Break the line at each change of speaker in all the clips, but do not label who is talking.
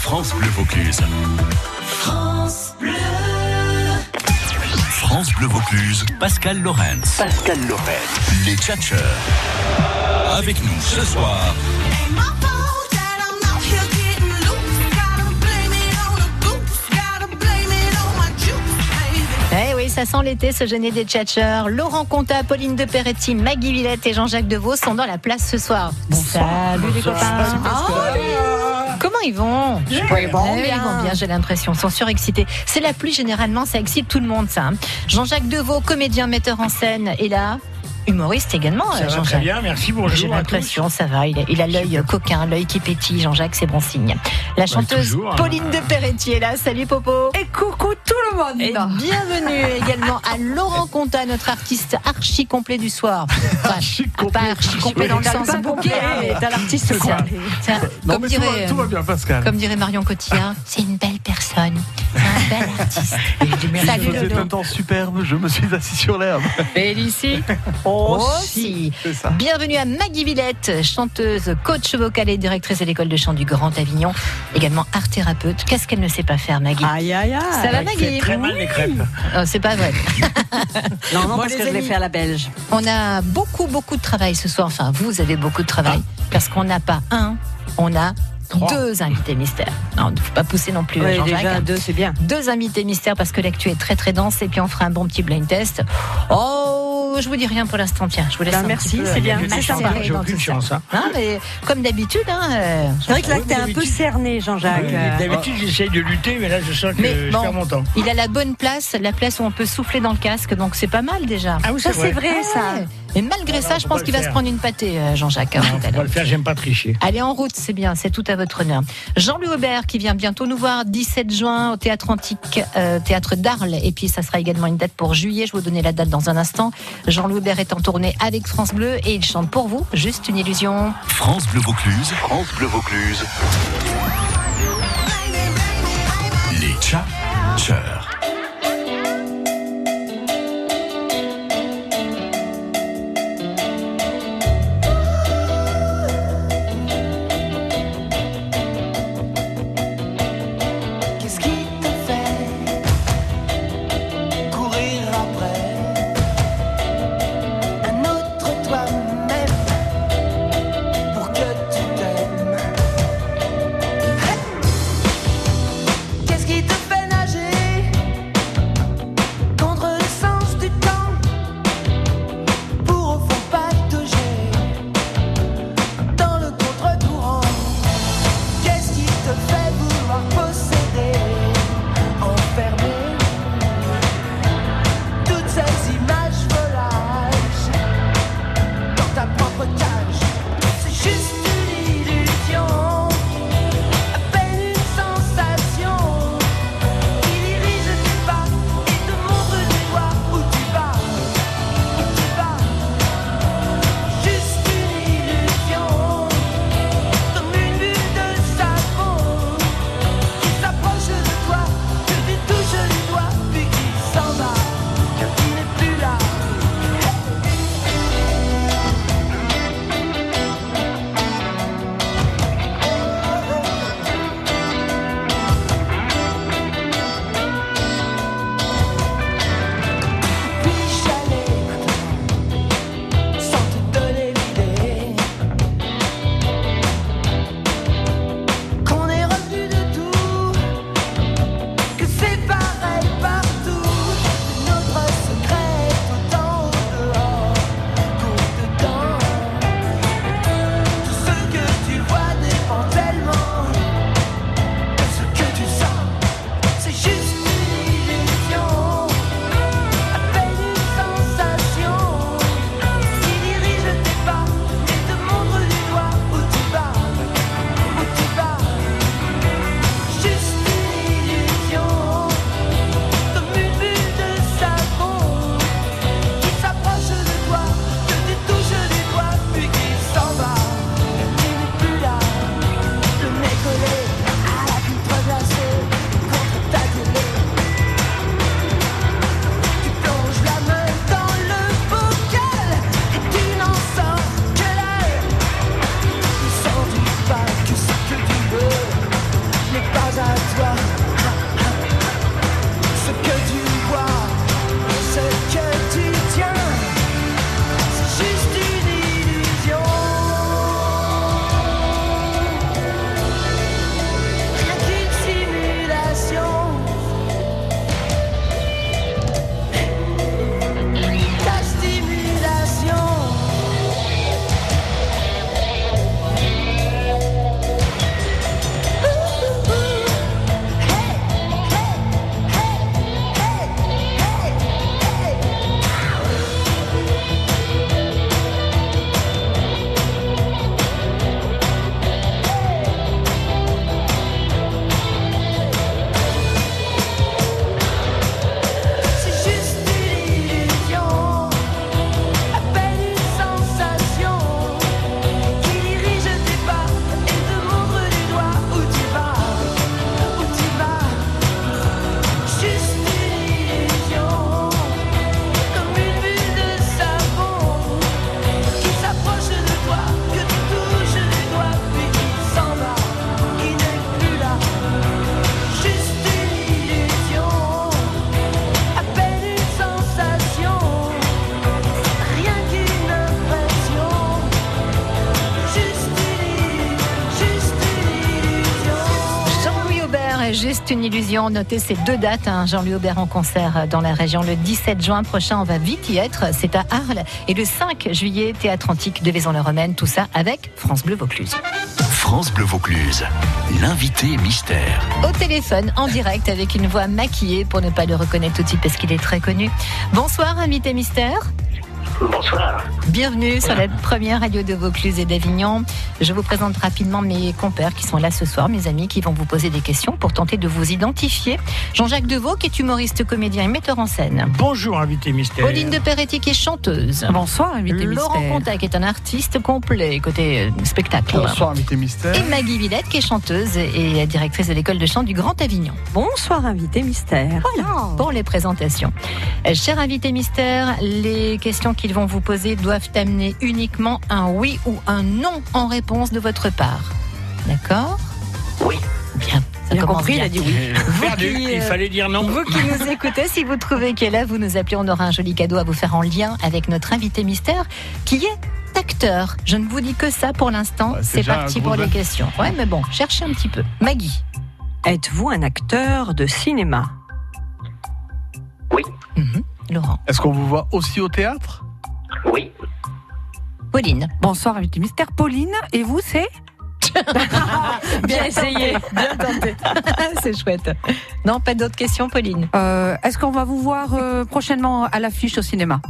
France Bleu Vaucluse.
France Bleu.
France Bleu Vaucluse, Pascal Lorenz. Pascal Lorenz. Les Tchatcheurs. Avec nous ce soir,
Eh oui, ça sent l'été, ce jeûner des tchatcheurs. Laurent Conta, Pauline de Peretti, Maggie Villette et Jean-Jacques Devaux sont dans la place ce soir. Salut les copains. Oh, Comment ils vont Eh, Ils vont bien, j'ai l'impression. Ils sont surexcités. C'est la pluie, généralement, ça excite tout le monde, ça. hein. Jean-Jacques Devaux, comédien, metteur en scène, est là. Humoriste également,
Ça va très
euh, Jean-Jacques.
bien, merci,
J'ai
bonjour à tous.
l'impression, ça va. Il a- il a l'œil coquin, l'œil qui pétille. Jean-Jacques, c'est bon signe. La chanteuse
toujours, hein.
Pauline de Peretti est là. Salut Popo.
Et coucou tout le monde
Et bienvenue également à Laurent Conta, notre artiste archi complet du soir. Enfin,
Archi-complet.
pas archi complet dans le
T'as
sens
pas complet,
bouquet, hein, mais t'as l'artiste
quoi.
quoi. Tiens,
Non,
Comme
mais tout va-
dirait,
tout va bien, Pascal.
comme dirait Marion Cotillard, c'est une belle personne, un bel artiste. Salut
C'était un
Lodo.
temps superbe, je me suis assis sur l'herbe.
Félicie.
Aussi.
C'est ça.
Bienvenue à Maggie Villette, chanteuse, coach vocale et directrice de l'école de chant du Grand Avignon, également art thérapeute. Qu'est-ce qu'elle ne sait pas faire, Maggie
Aïe aïe aïe.
Ça va, Maggie
les crêpes.
Oh, C'est pas vrai.
Non, non,
Bon,
parce
les
que je l'ai
amis.
fait à la belge.
On a beaucoup, beaucoup de travail ce soir. Enfin, vous avez beaucoup de travail.
Ah.
Parce qu'on n'a pas un, on a deux invités mystères. Non, il ne faut pas pousser non plus,
Ouais,
Jean-Jacques.
déjà deux, c'est bien.
Deux invités mystères parce que l'actu est très, très dense. Et puis, on fera un bon petit blind test. Oh, je vous dis rien pour l'instant. Tiens, je vous laisse
Ben,
un
merci,
petit peu,
c'est
euh,
bien,
macérer
c'est sympa.
dans
J'ai
tout
aucune
ça.
chance. hein.
Non, mais comme d'habitude, hein, euh,
C'est vrai que là,
Oui,
t'es un peu
d'habitude.
cerné, Jean-Jacques.
Euh,
Euh,
D'habitude, j'essaye de lutter, mais là, je sens que
oh. Mais
je
bon.
perds mon temps.
il a la bonne place, la place où on peut souffler dans le casque. Donc, c'est pas mal déjà.
Ah oui,
Ça, c'est vrai, ça.
Ouais. Mais malgré
Non,
ça,
non,
je
faut Ah,
pense
pas le
qu'il va se
faire. Ah,
prendre une pâtée, euh, Jean-Jacques. avant
Non,
tout à
faut pas
l'heure.
le faire, j'aime pas tricher.
Allez en route, c'est bien, c'est tout à votre honneur. Jean-Louis Aubert qui vient bientôt nous voir, 17 juin au Théâtre Antique, euh, Théâtre d'Arles. Et puis ça sera également une date pour juillet, je vous donner la date dans un instant. Jean-Louis Aubert est en tournée avec France Bleu et il chante pour vous, juste une illusion.
France Bleu Vaucluse. France Bleu Vaucluse. Les Tchatcheurs.
Qu'est-ce qui te fait courir après un autre toi-même pour que tu t'aimes Hey Qu'est-ce qui te fait nager
juste une illusion. Notez ces deux dates. hein. Jean-Louis Aubert en concert euh, dans la région le 17 juin prochain. On va vite y être. C'est à Arles. Et le 5 juillet, Théâtre Antique de Vaison-la-Romaine. Tout ça avec France Bleu Vaucluse.
France Bleu Vaucluse, l'invité mystère.
Au téléphone, en direct, avec une voix maquillée pour ne pas le reconnaître tout de suite parce qu'il est très connu. Bonsoir, invité mystère.
Bonsoir.
Bienvenue sur la première radio de Vaucluse et d'Avignon. Je vous présente rapidement mes compères qui sont là ce soir, mes amis qui vont vous poser des questions pour tenter de vous identifier. Jean-Jacques Deveau qui est humoriste, comédien et metteur en scène.
Bonjour, invité mystère.
Pauline de Peretti qui est chanteuse.
Bonsoir, invité
Laurent
mystère.
Conta qui est un artiste complet côté euh, spectacle.
invité mystère.
Et Maggie Villette qui est chanteuse et directrice de l'école de chant du Grand Avignon.
Bonsoir, invité mystère.
pour les présentations. Euh, Cher invité mystère, les questions qu'ils vont vous poser doivent amener uniquement un oui ou un non en réponse de votre part. D'accord
Oui.
Bien. Ça
Bien
commence
compris, il
bien.
a dit oui.
Vous
Perdu,
qui, euh,
il fallait dire non.
Vous qui nous écoutez, si vous trouvez qu'elle est là, vous nous appelez, on aura un joli cadeau à vous faire en lien avec notre invité mystère qui est acteur. Je ne vous dis que ça pour l'instant.
Ouais, c'est
C'est
déjà
parti
un gros
pour les
bonus.
questions. Ouais, mais bon, cherchez un petit peu. Maggie.
Êtes-vous un acteur de cinéma
Mhm. Laurent.
Est-ce qu'on vous voit aussi au théâtre
Oui.
Pauline.
Bonsoir, invité mystère Pauline. Et vous, c'est
Bien essayé, bien tenté. C'est chouette. Non, pas d'autres questions, Pauline.
Euh, Est-ce qu'on va vous voir euh, prochainement à l'affiche au cinéma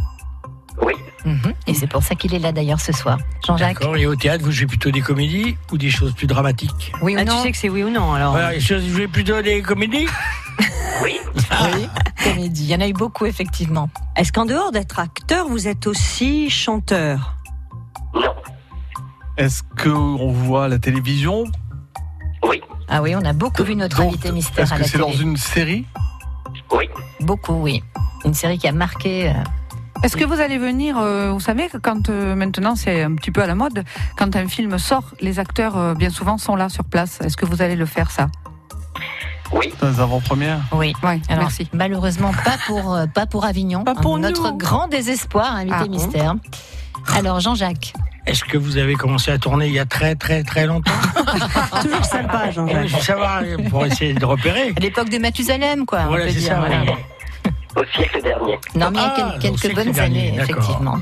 Oui.
Mhm. Et c'est pour ça qu'il est là d'ailleurs ce soir. Jean-Jacques,
D'accord, et au théâtre, vous jouez plutôt des comédies ou des choses plus dramatiques
oui ou
Ah, Tu
non euh,
sais que c'est oui ou non alors
Voilà, les choses, vous jouez plutôt des comédies
Oui.
Oui, comédie. Il y en a eu beaucoup, effectivement.
Est-ce qu'en dehors d'être acteur, vous êtes aussi chanteur
Non.
Est-ce qu'on vous voit à la télévision
Oui.
Ah oui, on a beaucoup vu notre
Donc,
invité mystère
Est-ce
à
que
la
c'est
télé.
dans une série
Oui.
Beaucoup, oui. Une série qui a marqué. euh,
Est-ce que vous allez venir euh, Vous savez que quand euh, maintenant c'est un petit peu à la mode, quand un film sort, les acteurs euh, bien souvent sont là sur place. Est-ce que vous allez le faire ça
Oui.
Dans les avant-premières
Oui.
Oui,
Alors,
merci.
malheureusement, pas pour, euh, pas pour Avignon.
Pas pour
Notre
nous.
grand désespoir, invité
Ah, bon.
mystère. Alors, Jean-Jacques,
Est-ce que vous avez commencé à tourner il y a très très très longtemps
Toujours sympa,
Je veux
Jean-Jacques.
savoir, euh, pour essayer de repérer.
à l'époque de Mathusalem, quoi. on
Voilà,
peut
c'est
dire,
ça.
voilà.
ouais.
Au siècle dernier.
Non, mais il y a
Ah,
quel-
au
quelques
siècle
bonnes
dernier,
années,
d'accord.
effectivement.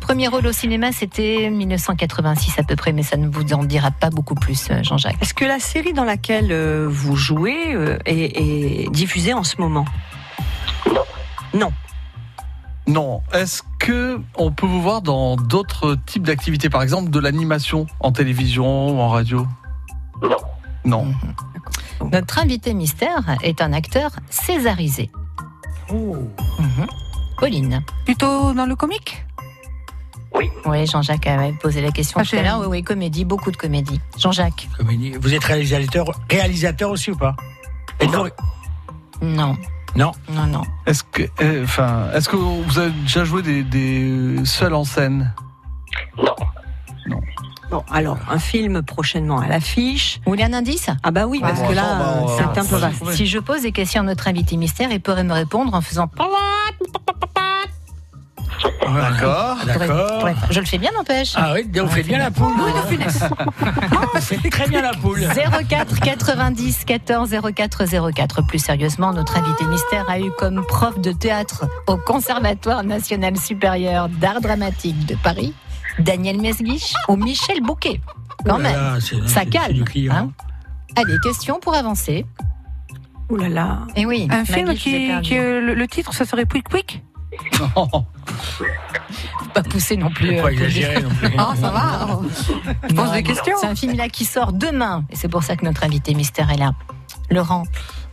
Premier rôle au cinéma, c'était 1986 à peu près, mais ça ne vous en dira pas beaucoup plus, euh, Jean-Jacques.
Est-ce que la série dans laquelle euh, vous jouez euh, est, est diffusée en ce moment
Non. Est-ce que on peut vous voir dans d'autres types d'activités, par exemple de l'animation en télévision ou en radio
Non.
Non.
Mm. Notre invité mystère est un acteur césarisé.
Oh.
Mhm. Pauline.
Plutôt dans le comique
Oui, Jean-Jacques avait posé la question
Ah,
tout à
c'est-
l'heure. Oui, oui, comédie, beaucoup de comédie. Jean-Jacques,
Comédie. Vous êtes réalisateur, réalisateur aussi ou pas Êtes-vous- Ah,
non.
Non.
Non, non.
Est-ce que, euh, enfin, est-ce que vous avez déjà joué des, des seuls en scène
Non.
Bon, alors, un film prochainement à l'affiche.
Vous voulez un indice
Ah bah oui, parce
bon,
que
attends,
là,
bah, on
euh,
va-
c'est un peu vaste.
Si je pose des questions à notre invité mystère, il pourrait me répondre en faisant.
D'accord.
D'accord.
Je le fais bien, n'empêche.
Ah oui, on fait bien la poule.
Louis de Funès.
On fait très bien la poule.
04 90 14 04 04. Plus sérieusement, notre invité mystère a eu comme prof de théâtre au Conservatoire national supérieur d'art dramatique de Paris Daniel Mesguich ou Michel Bouquet. Quand même.
Voilà, c'est-
Ça
c'est- c'est
calme.
du client.
hein. Allez, question pour avancer.
Ouh là là.
Et oui,
Un
Maggie, je
film
vous ai
qui,
perdu.
qui, euh, le, le titre, ça serait Quick Quick
pas poussé non plus.
Faut
euh,
Pas exagérer non plus.
Ah, ça va Je pose
Non,
des questions.
C'est un film là qui sort demain et c'est pour ça que notre invité mystère est là. Laurent,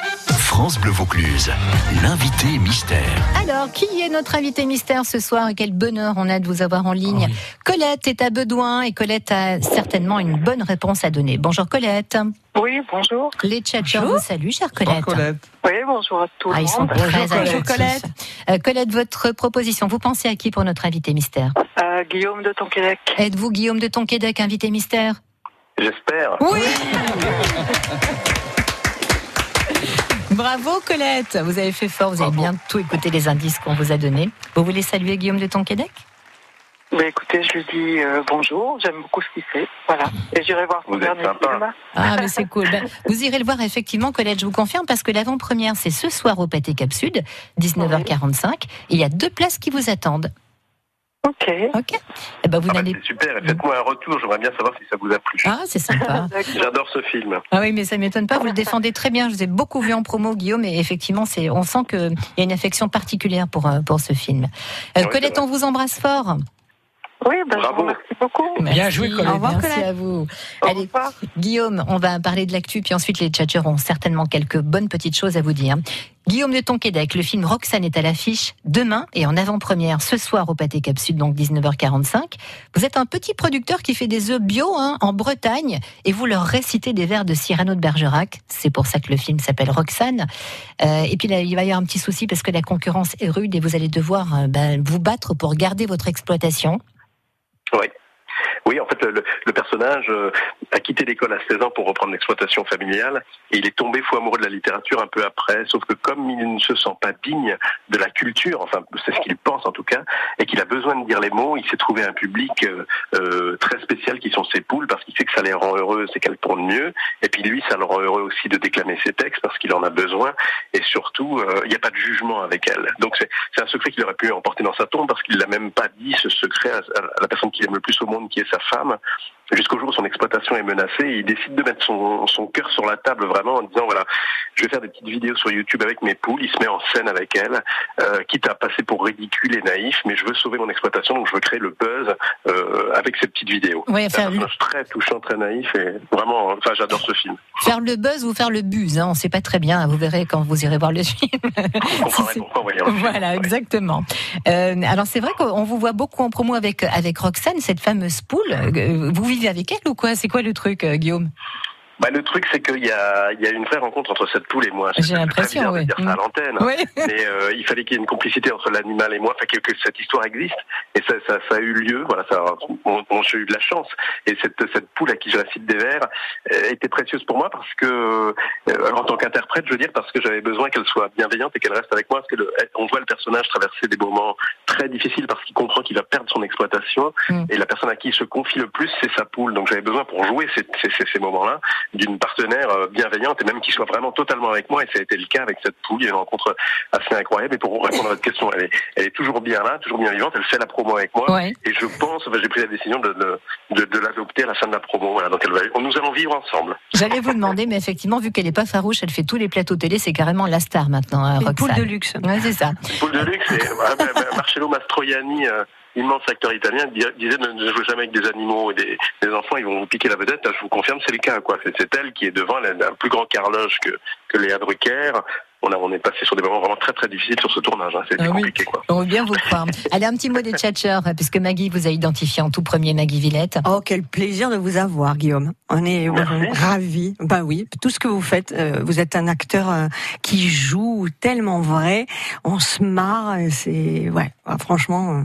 France Bleu Vaucluse, l'invité mystère.
Alors, qui est notre invité mystère ce soir et quel bonheur on a de vous avoir en ligne. Colette est à Bedouin et Colette a certainement une bonne réponse à donner. Bonjour Colette.
Oui, bonjour.
Les tchatcheurs vous saluent, chère Colette.
Oui, bonjour à tous.
Ah, ils sont très
Bonjour
agréables.
Colette.
Euh, Colette, votre proposition, vous pensez à qui pour notre invité mystère
Euh, Guillaume de Tonquédec.
Êtes-vous Guillaume de Tonquédec, invité mystère
J'espère.
Oui Bravo Colette, vous avez fait fort, vous avez bien tout écouté les indices qu'on vous a donnés. Vous voulez saluer Guillaume de Tonquédec
Bah, écoutez, je lui dis euh, bonjour, j'aime beaucoup ce qu'il fait. Voilà. Et j'irai voir son dernier film.
Ah, mais c'est cool. Ben, vous irez le voir effectivement, Colette, je vous confirme, parce que l'avant-première, c'est ce soir au Pâté Cap Sud, 19h45. et Il y a deux places qui vous attendent.
Ok.
Ok. Eh ben, vous n'allez
Ah bah, Super, et faites-moi un retour, j'aimerais bien savoir si ça vous a plu.
Ah, c'est sympa.
J'adore ce film.
Ah oui, mais ça m'étonne pas. Vous le défendez très bien. Je vous ai beaucoup vu en promo, Guillaume, et effectivement, c'est, on sent qu'il y a une affection particulière pour, euh, pour ce film. Euh,
Oui,
Colette,
c'est vrai.
on vous embrasse fort.
Oui, ben, merci beaucoup.
Merci.
Bien joué, Colette.
Au revoir,
Merci
Colette. à vous. Allez, Guillaume, on va parler de l'actu, puis ensuite les tchatcheurs ont certainement quelques bonnes petites choses à vous dire. Guillaume de Tonquédec, le film Roxane est à l'affiche demain et en avant-première ce soir au Pâté Cap Sud, donc 19h45. Vous êtes un petit producteur qui fait des œufs bio hein, en Bretagne et vous leur récitez des vers de Cyrano de Bergerac. C'est pour ça que le film s'appelle Roxane. Euh, et puis là, il va y avoir un petit souci parce que la concurrence est rude et vous allez devoir euh, ben, vous battre pour garder votre exploitation.
Oui. Oui, en fait, le, le personnage euh, a quitté l'école à 16 ans pour reprendre l'exploitation familiale et il est tombé fou amoureux de la littérature un peu après, sauf que comme il ne se sent pas digne de la culture, enfin, c'est ce qu'il pense en tout cas, et qu'il a besoin de dire les mots, il s'est trouvé un public euh, euh, très spécial qui sont ses poules parce qu'il sait que ça les rend heureuses et qu'elles tournent mieux, et puis lui, ça le rend heureux aussi de déclamer ses textes parce qu'il en a besoin, et surtout, euh, il n'y a pas de jugement avec elle. Donc c'est c'est un secret qu'il aurait pu emporter dans sa tombe parce qu'il l'a même pas dit ce secret à, à la personne qu'il aime le plus au monde, qui est sa femme. Jusqu'au jour où son exploitation est menacée, et il décide de mettre son, son cœur sur la table vraiment en disant voilà, je vais faire des petites vidéos sur YouTube avec mes poules. Il se met en scène avec elles, euh, quitte à passer pour ridicule et naïf, mais je veux sauver mon exploitation, donc je veux créer le buzz euh, avec ces petites vidéos.
Ouais,
C'est
faire-
un personnage très touchant, très naïf et vraiment, enfin j'adore ce film.
Faire le buzz ou faire le buzz, hein, on ne sait pas très bien. Vous verrez quand vous irez voir le film.
Vous comprendrez pourquoi, voyez.
voilà, exactement. Euh, alors c'est vrai qu'on vous voit beaucoup en promo avec avec Roxane, cette fameuse poule. Euh, Vous vivez avec elle ou quoi C'est quoi le truc, euh, Guillaume
Bah, le truc, c'est qu'il y a, il y a une vraie rencontre entre cette poule et moi.
J'ai
C'est très
l'impression,
bizarre de
ouais.
dire ça à
Mm.
l'antenne.
Ouais.
Mais euh, il fallait qu'il y ait une complicité entre l'animal et moi, enfin, que, que cette histoire existe. Et ça, ça, ça a eu lieu. Voilà, ça, on, on- j'ai eu de la chance. Et cette, cette poule à qui je récite des vers euh, était précieuse pour moi parce que, euh, en tant qu'interprète, je veux dire, parce que j'avais besoin qu'elle soit bienveillante et qu'elle reste avec moi. Parce que le- on voit le personnage traverser des moments très difficiles parce qu'il comprend qu'il va perdre son exploitation. Et la personne à qui il se confie le plus, c'est sa poule. Donc j'avais besoin pour jouer ces, ces- ces- ces moments-là d'une partenaire euh, bienveillante et même qui soit vraiment totalement avec moi. Et ça a été le cas avec cette poule. Il y a une rencontre assez incroyable. Et pour répondre à votre question, elle est, elle est toujours bien là, toujours bien vivante. Elle fait la promo avec moi. Et je pense, enfin, j'ai pris la décision de, de, de- de l'adopter à la fin de la promo. Voilà. Donc elle va, nous allons vivre ensemble.
J'allais vous demander, mais effectivement, vu qu'elle n'est pas farouche, elle fait tous les plateaux télé. C'est carrément la star maintenant, hein, Roxane.
poule de
luxe. Ouais, c'est ça.
Poule de luxe, et, ah, ben, ben, Marcello Mastroianni, euh, immense acteur italien, di- disait ne, ne jouez jamais avec des animaux et des, des enfants, ils vont vous piquer la vedette. Je vous confirme, c'est le cas. quoi. C'est c'est elle qui est devant, elle a un plus grand carloge que, que Léa Drucker. on, a, on est passé sur des moments vraiment très très difficiles sur ce tournage. Hein. C'était
Ah oui.
compliqué quoi.
On veut bien vous croire. Allez, un petit mot des tchatcheurs, puisque Maggie vous a identifié en tout premier, Maggie Villette.
Oh, quel plaisir de vous avoir, Guillaume. On est
Merci.
ravis. Ben oui, tout ce que vous faites, euh, vous êtes un acteur euh, qui joue tellement vrai. On se marre. euh, C'est ouais, ah, franchement, euh,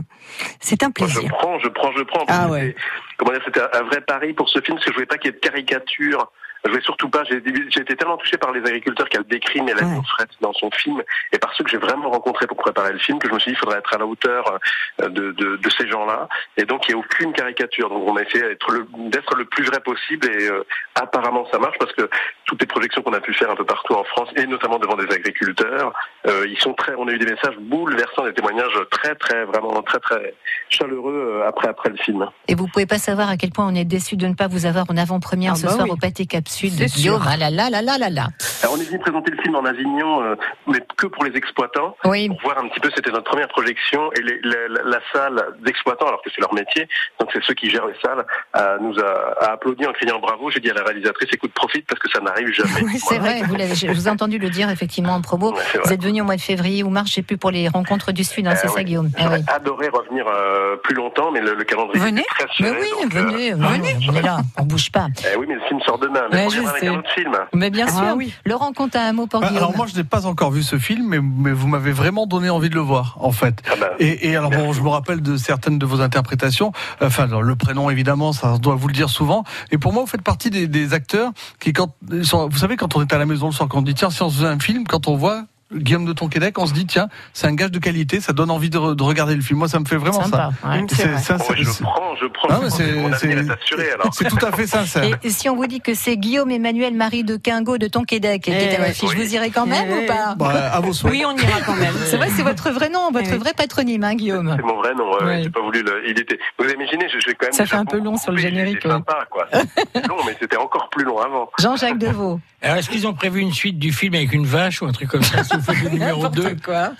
c'est un
Moi, je
plaisir.
prends, je prends, je prends.
Ah
C'était-
ouais.
Comment dire, c'était un- un vrai pari pour ce film, parce que je voulais pas qu'il y ait de caricature. Je voulais surtout pas. J'ai j'ai été tellement touché par les agriculteurs qu'elle décrit Mélanie Frette dans son film, et par ceux que j'ai vraiment rencontrés pour préparer le film, que je me suis dit il faudrait être à la hauteur euh, de, de- de ces gens-là, et donc il n'y a aucune caricature. Donc on a essayé d'être le, d'être le plus vrai possible, et euh, apparemment ça marche parce que toutes les projections qu'on a pu faire un peu partout en France, et notamment devant des agriculteurs, euh, ils sont très. On a eu des messages bouleversants, des témoignages très très vraiment très très chaleureux euh, après après le film.
Et vous pouvez pas savoir à quel point on est déçu de ne pas vous avoir en avant-première
Ah
ce
bah
soir
oui.
au Pâté Cap Sud.
C'est
Guillaume,
sûr.
ah là là là là là là.
Alors, on est venu présenter le film en Avignon, euh, mais que pour les exploitants, pour voir un petit peu, c'était notre première projection, et les- la, la- la salle d'exploitants, alors que c'est leur métier, donc c'est ceux qui gèrent les salles, euh, nous a, a applaudi en criant bravo, j'ai dit à la réalisatrice, écoute, profite, parce que ça n'arrive jamais.
C'est vrai, vous l'avez- je je vous ai entendu le dire effectivement en promo.
c'est vrai. Eh
vous êtes venu au mois de février ou mars, je sais plus, pour les rencontres du Sud, hein, c'est ça Guillaume Ah
J'aurais
oui.
adoré revenir euh, plus longtemps, mais le, le calendrier
Venez.
est très
Mais
serré,
oui,
donc, euh,
venez, venez, on est là, on bouge pas.
eh oui, mais le film sort demain, mais
Ouais,
on
je
reviendra avec
sais.
un autre film.
Mais bien sûr,
Ah
Laurent compte un mot pour
Bah,
Guillaume.
alors moi, je n'ai pas encore vu ce film, mais, mais vous m'avez vraiment donné envie de le voir, en fait.
Ah bah
et, et alors bon, je me rappelle de certaines de vos interprétations. Enfin, alors, le prénom évidemment, ça doit vous le dire souvent. Et pour moi, vous faites partie des, des acteurs qui, quand ils sont- vous savez, quand on est à la maison le soir, quand on dit tiens, si on se faisait un film, quand on voit Guillaume de Tonquédec, on se dit tiens, c'est un gage de qualité, ça donne envie de, re- de regarder le film. Moi, ça me fait vraiment
Sympa,
ça.
ouais.
Et c'est- ça,
Oh,
c'est-
je
c'est-
prends, je prends.
Ah,
je
mais
prends,
c'est-
mon avenir
c'est-
est assuré, alors.
c'est tout à fait sincère.
Et si on vous dit que c'est Guillaume Emmanuel Marie de Quingo de Tonquédec qui est à l'affiche, vous irez quand même
Eh
ou pas Eh
Bah, à vos souhaits.
Oui, on ira quand même.
C'est vrai, c'est votre vrai nom, votre vrai patronyme, hein, Guillaume.
C'est mon vrai nom. ouais, J'ai pas voulu le. Il était. Vous imaginez, je, je vais quand même.
Ça fait un
peu long sur le générique. C'était sympa, quoi. C'est long, mais c'était encore plus long avant.
Jean-Jacques Deveau.
Alors, est-ce qu'ils ont prévu une suite du film avec une vache ou un truc comme ça, sous le numéro 2
quoi.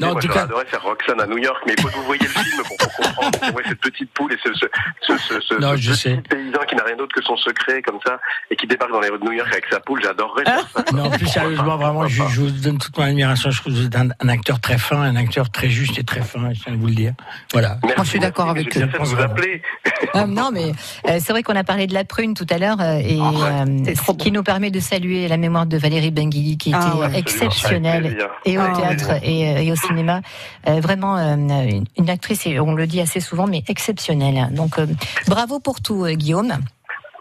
Non, en
moi,
tout
j'aurais
cas-
adoré faire Roxane à New York, mais il faut que vous voyez le film pour, pour comprendre. Vous voyez cette petite poule et ce, ce, ce, ce, ce-
Non,
ce
je
petit
sais.
paysan qui n'a rien d'autre que son secret, comme ça, et qui débarque dans les rues de New York avec sa poule. J'adorerais faire ça.
Non, plus sérieusement, vraiment, je, je vous donne toute mon admiration. Je trouve que vous êtes un, un acteur très fin, un acteur très juste et très fin, je tiens à vous le dire. Voilà.
Moi, je suis
d'accord
avec J'ai bien fait de vous appeler.
Ah, non, mais euh, c'est vrai qu'on a parlé de la prune tout à l'heure, euh, et euh, ce qui nous permet de saluer la mémoire de Valérie Benguigui, qui était
Ah ouais.
euh, exceptionnelle,
Absolument, avec
et
plaisir.
au
Avec
théâtre et, euh, et au cinéma. Euh, vraiment euh, une, une actrice, et on le dit assez souvent, mais exceptionnelle. Donc euh, bravo pour tout, euh, Guillaume.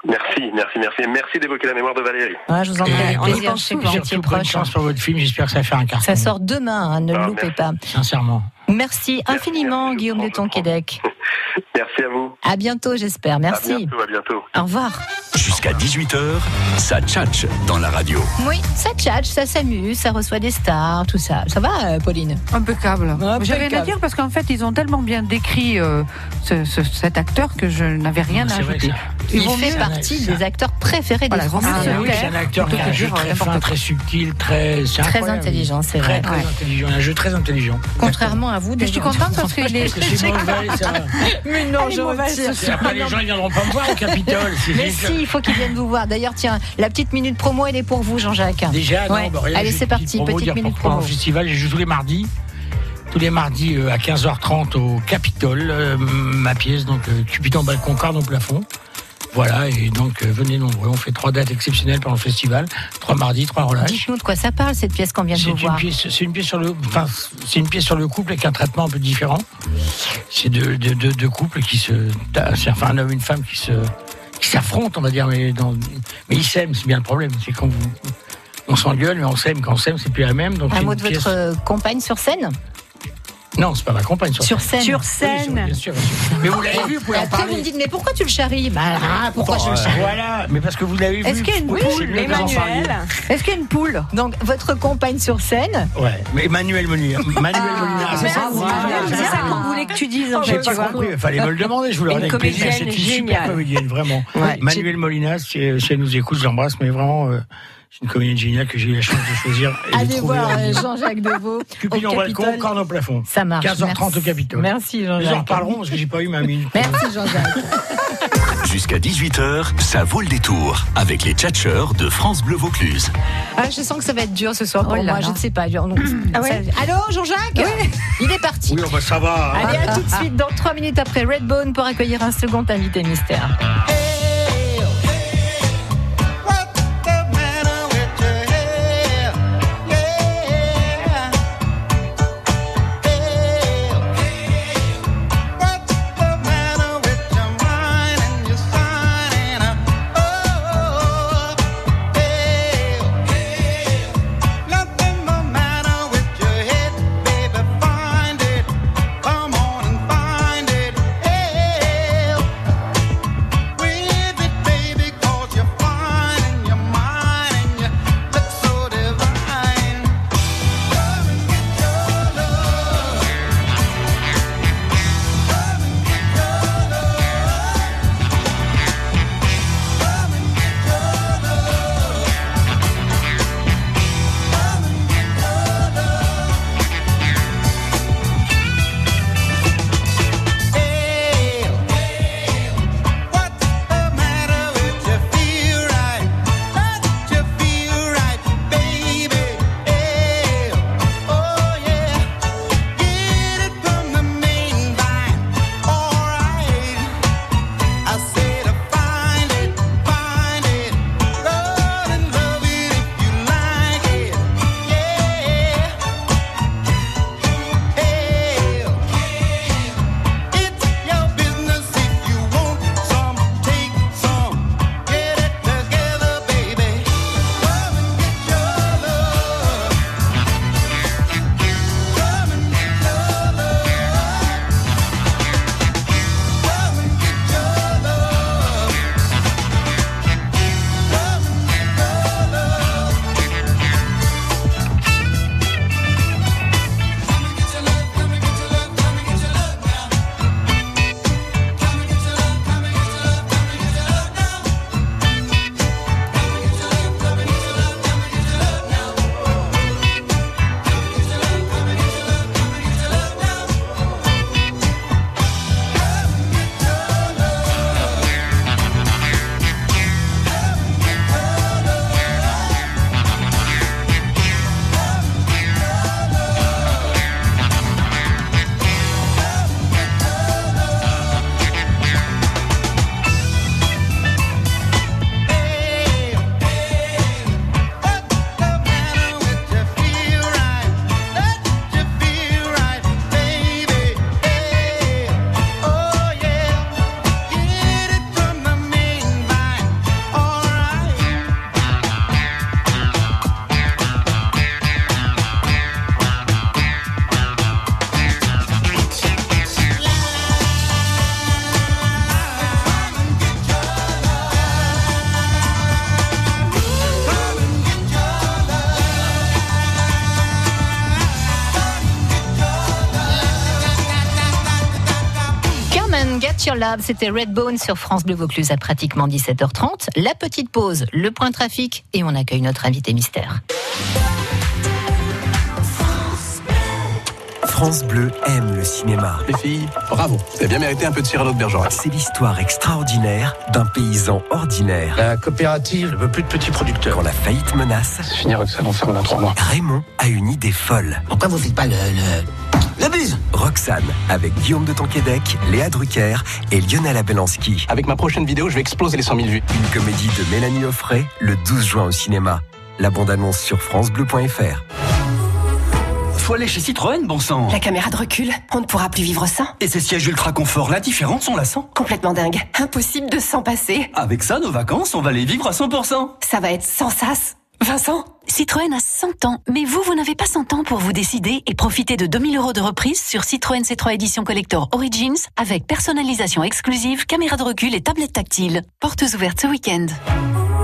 Merci, merci, merci. Et Merci d'évoquer la mémoire de Valérie.
Ah, je vous en prie, avec plaisir, je sais que vous étiez
Surtout, bonne
proche.
chance pour votre film, j'espère que ça va faire un carton.
Ça sort demain, hein, ne le
Ah,
loupez
merci.
pas.
Sincèrement.
Merci infiniment, Guillaume de Tonquédec.
Merci à vous.
À bientôt, j'espère. Ah, Merci.
À bientôt, à bientôt.
Au revoir.
Jusqu'à 18h, ça tchatche dans la radio.
Oui, ça tchatche, ça s'amuse, ça reçoit des stars, tout ça. Ça va, euh, Pauline
Impeccable. Je vais le dire parce qu'en fait, ils ont tellement bien décrit euh, ce- ce- cet acteur que je n'avais rien à ajouter.
Il,
vaut
fait
mieux-
partie des acteurs préférés
Voilà,
des
vaut mieux
Français.
se
Ah, Oui, c'est un acteur qui a un jeu très fin, très subtil, très. c'est
euh, Très
incroyable.
intelligent, c'est
Très,
vrai.
très
Ouais.
intelligent, un jeu très intelligent.
Contrairement à vous,
Mais je suis contente parce qu'il est.
C'est mauvais, ça.
Mais non,
Elle est
je
mauvaise
retire.
ce
Et Après, les gens, ils viendront pas me voir au Capitole. c'est
Mais
juste-
si, il faut qu'ils viennent vous voir. D'ailleurs, tiens, la petite minute promo, elle est pour vous, Jean-Jacques.
Déjà, non,
Ouais.
bah, regarde,
Allez,
j'ai
c'est
une
parti,
promo,
petite
dire
minute
pourquoi
promo.
En festival, je joue tous les mardis. Tous les mardis euh, à 15h30 au Capitole, euh, ma pièce, donc euh, Cupidon bas Concorde au plafond. Voilà, et donc euh, venez nombreux. On fait trois dates exceptionnelles pendant le festival. Trois mardis, trois relâches.
Dites-nous de quoi ça parle, cette pièce qu'on vient de
C'est
vous
une,
voir.
pièce, c'est une pièce sur le, enfin, c'est une pièce sur le couple avec un traitement un peu différent. C'est deux, deux, deux- deux couples qui se, c'est enfin un homme et une femme qui se, qui s'affrontent, on va dire, mais dans, mais ils s'aiment, c'est bien le problème. C'est quand vous, on s'engueule, mais on s'aime, quand on s'aime, c'est plus la même. Donc
Un
c'est
mot
une
de
pièce-
votre euh, compagne sur scène
Non, c'est pas ma compagne. Sur,
Sur scène. Sur
Oui,
scène.
bien sûr, bien sûr. Mais vous l'avez vu, vous pouvez en
Après,
parler.
vous me dites, mais pourquoi tu le charries Bah, ah, pourquoi
Attends,
je le
euh,
charrie
Voilà, mais parce que vous l'avez vu.
Est-ce qu'il y a une
oui, c'est
poule,
mieux que d'en
Emmanuel
parler.
Est-ce qu'il y a une poule Donc, votre compagne sur scène
Ouais, mais Emmanuel Molière. Manuel
Ah,
Molière, c'est ça
C'est ça qu'on voulait que tu dises. en
Oh, J'ai
fait, tu
pas
vois.
compris, il fallait me le demander, je vous le
Une
redis.
comédienne
C'est une super
géniale.
comédienne, vraiment.
Ouais.
Manuel Molinas, si, si elle nous écoute, je l'embrasse, mais vraiment, euh, C'est une comédienne géniale que j'ai eu la chance de choisir. et de
Allez
trouver
voir
en
euh,
ligne.
Jean-Jacques Deveau.
Cupidon
au
balcon,
Capitole.
corne au plafond.
Ça marche.
15h30
merci.
au Capitole.
Merci
Nous en
Jean-Jacques.
reparlerons parce que j'ai pas eu ma minute.
Merci Jean-Jacques.
Jusqu'à 18h, ça vaut le détour avec les tchatcheurs de France Bleu Vaucluse.
Ah, je sens que ça va être dur ce soir pour
Oh là Ah
moi.
là.
Je ne sais pas. Genre, non, ça- Allô Jean-Jacques Il est parti.
Oui, oh, bah, ça va. hein.
Allez, à tout de suite dans 3 minutes après Redbone pour accueillir un second invité mystère. Come and Get Your Love, c'était Redbone sur France Bleu Vaucluse à pratiquement 17h30. La petite pause, le point trafic et on accueille notre invité mystère.
France Bleu aime le cinéma. Les filles, bravo. Vous avez bien mérité un peu de Cyrano de Bergerac. C'est l'histoire extraordinaire d'un paysan ordinaire. La coopérative ne veut plus de petits producteurs. Quand la faillite menace. C'est finir avec ça dans trois mois. Raymond a une idée folle. Pourquoi vous faites pas le. La buse Roxane, avec Guillaume de Tonquédec, Léa Drucker et Lionel Abelanski. Avec ma prochaine vidéo, je vais exploser les 100 000 vues. Une comédie de Mélanie Offray, le 12 juin au cinéma. La bande-annonce sur francebleu.fr.
Faut aller chez Citroën, bon sang
La caméra de recul, on ne pourra plus vivre ça.
Et ces sièges ultra confort, l'indifférence, on la sent
Complètement dingue. Impossible de s'en passer.
Avec ça, nos vacances, on va les vivre à 100%
Ça va être sans sas. Vincent
Citroën a 100 ans, mais vous, vous n'avez pas 100 ans pour vous décider et profiter de 2000 euros de reprise sur Citroën C3 Edition Collector Origins avec personnalisation exclusive, caméra de recul et tablette tactile. Portes ouvertes ce week-end.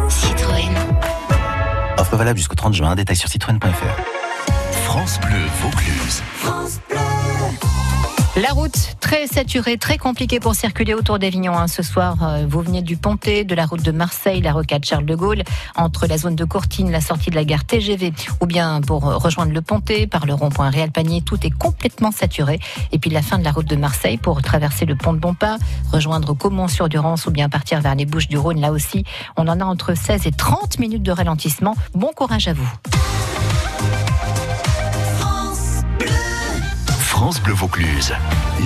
Citroën.
Offre valable jusqu'au 30 juin. Détail sur citroën.fr.
France Bleu Vaucluse.
La route,
très saturé, très compliqué pour circuler autour d'Avignon hein, ce soir. Euh, vous venez du Pontet, de la route de Marseille, la rocade Charles de Gaulle, entre la zone de Courtine, la sortie de la gare TGV, ou bien pour euh, rejoindre le Pontet par le rond-point Réal Panier, tout est complètement saturé. Et puis la fin de la route de Marseille pour traverser le pont de Bompas, rejoindre Caumont-sur-Durance ou bien partir vers les Bouches du Rhône, là aussi, on en a entre 16 et 30 minutes de ralentissement. Bon courage à vous.
France Bleu Vaucluse,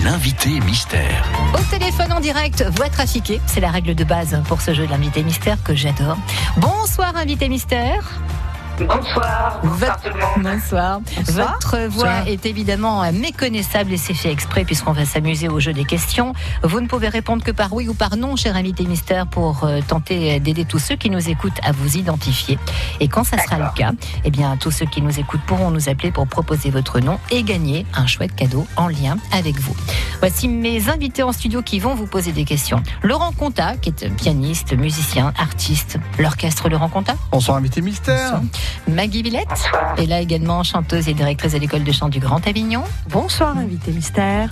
l'invité mystère.
Au téléphone en direct, voix trafiquée, c'est la règle de base pour ce jeu de l'invité mystère que j'adore. Bonsoir invité mystère.
Bonsoir, bonsoir tout le monde.
Bonsoir. Votre voix est évidemment euh, méconnaissable et c'est fait exprès puisqu'on va s'amuser au jeu des questions. Vous ne pouvez répondre que par oui ou par non, cher invité mystère, pour euh, tenter d'aider tous ceux qui nous écoutent à vous identifier. Et quand ça sera le cas, eh bien, tous ceux qui nous écoutent pourront nous appeler pour proposer votre nom et gagner un chouette cadeau en lien avec vous. Voici mes invités en studio qui vont vous poser des questions. Laurent Conta, qui est pianiste, musicien, artiste, l'orchestre Laurent Conta.
Bonsoir, invité mystère.
Maggie Villette est là également, chanteuse et directrice de l'école de chant du Grand Avignon. Bonsoir, invité mystère.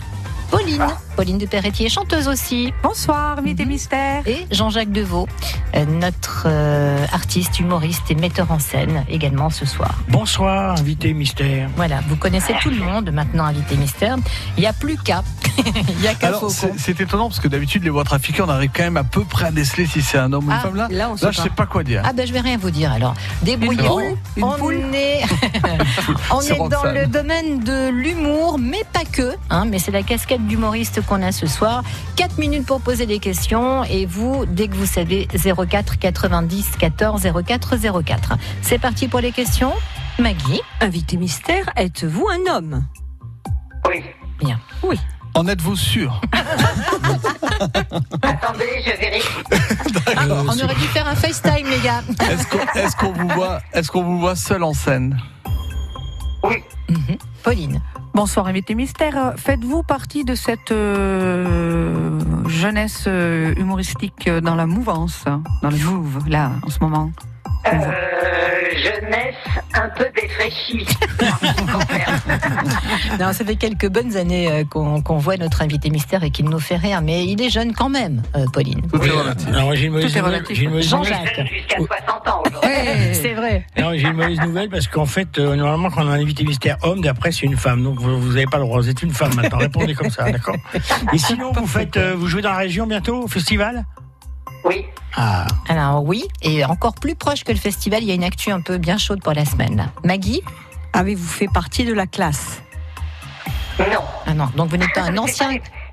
Pauline, Pauline de Perretier, chanteuse aussi. Bonsoir, invité mystère. Et Jean-Jacques Deveau, euh, notre euh, artiste, humoriste et metteur en scène également ce soir.
Bonsoir, invité mystère.
Voilà, vous connaissez tout le monde maintenant, invité mystère. Il n'y a plus qu'à. Il n'y a qu'à
Alors,
Faucon.
c'est c'est étonnant parce que d'habitude, les voix trafiquées, on arrive quand même à peu près à déceler si c'est un homme ou une
Ah,
femme là.
là, on sait
je
pas.
sais pas quoi dire.
Ah ben je vais rien vous dire alors. Débrouillons.
poule
on est, on
C'est
est dans
Roxane.
le domaine de l'humour, mais pas que. hein, mais c'est la casquette d'humoriste qu'on a ce soir. 4 minutes pour poser des questions et vous, dès que vous savez, 04 90 14 04 04. C'est parti pour les questions. Maggie,
invité mystère, êtes-vous un homme
Bien.
Oui.
En êtes-vous sûr
Ah,
Attendez, je vérifie.
on aurait dû faire un FaceTime les gars.
Est-ce qu'on est-ce qu'on vous voit, est-ce qu'on vous voit seul en scène
Pauline.
Bonsoir, invité mystère. Faites-vous partie de cette euh, jeunesse euh, humoristique euh, dans la mouvance, dans le move, là, en ce moment
Euh, jeunesse un peu défraîchie.
Non, ça fait quelques bonnes années euh, qu'on qu'on voit notre invité mystère et qu'il nous fait rire, mais il est jeune quand même, euh, Pauline.
Oui, alors, moi, j'ai une mauvaise
Tout est
nouvelle-
relatif.
j'ai une mauvaise
Jean-Jacques.
nouvelle.
C'est vrai.
Non, j'ai une mauvaise nouvelle parce qu'en fait, euh, normalement, quand on a un invité mystère homme, d'après, c'est une femme. Donc, vous n'avez pas le droit. Vous êtes une femme maintenant. Répondez comme ça, d'accord Et sinon, vous faites, euh, vous jouez dans la région bientôt, au festival
Oui.
Ah.
Alors oui, et encore plus proche que le festival, il y a une actu un peu bien chaude pour la semaine. là. Maggie
Avez-vous fait partie de la classe
Non.
Ah non, donc vous n'êtes pas un ancien.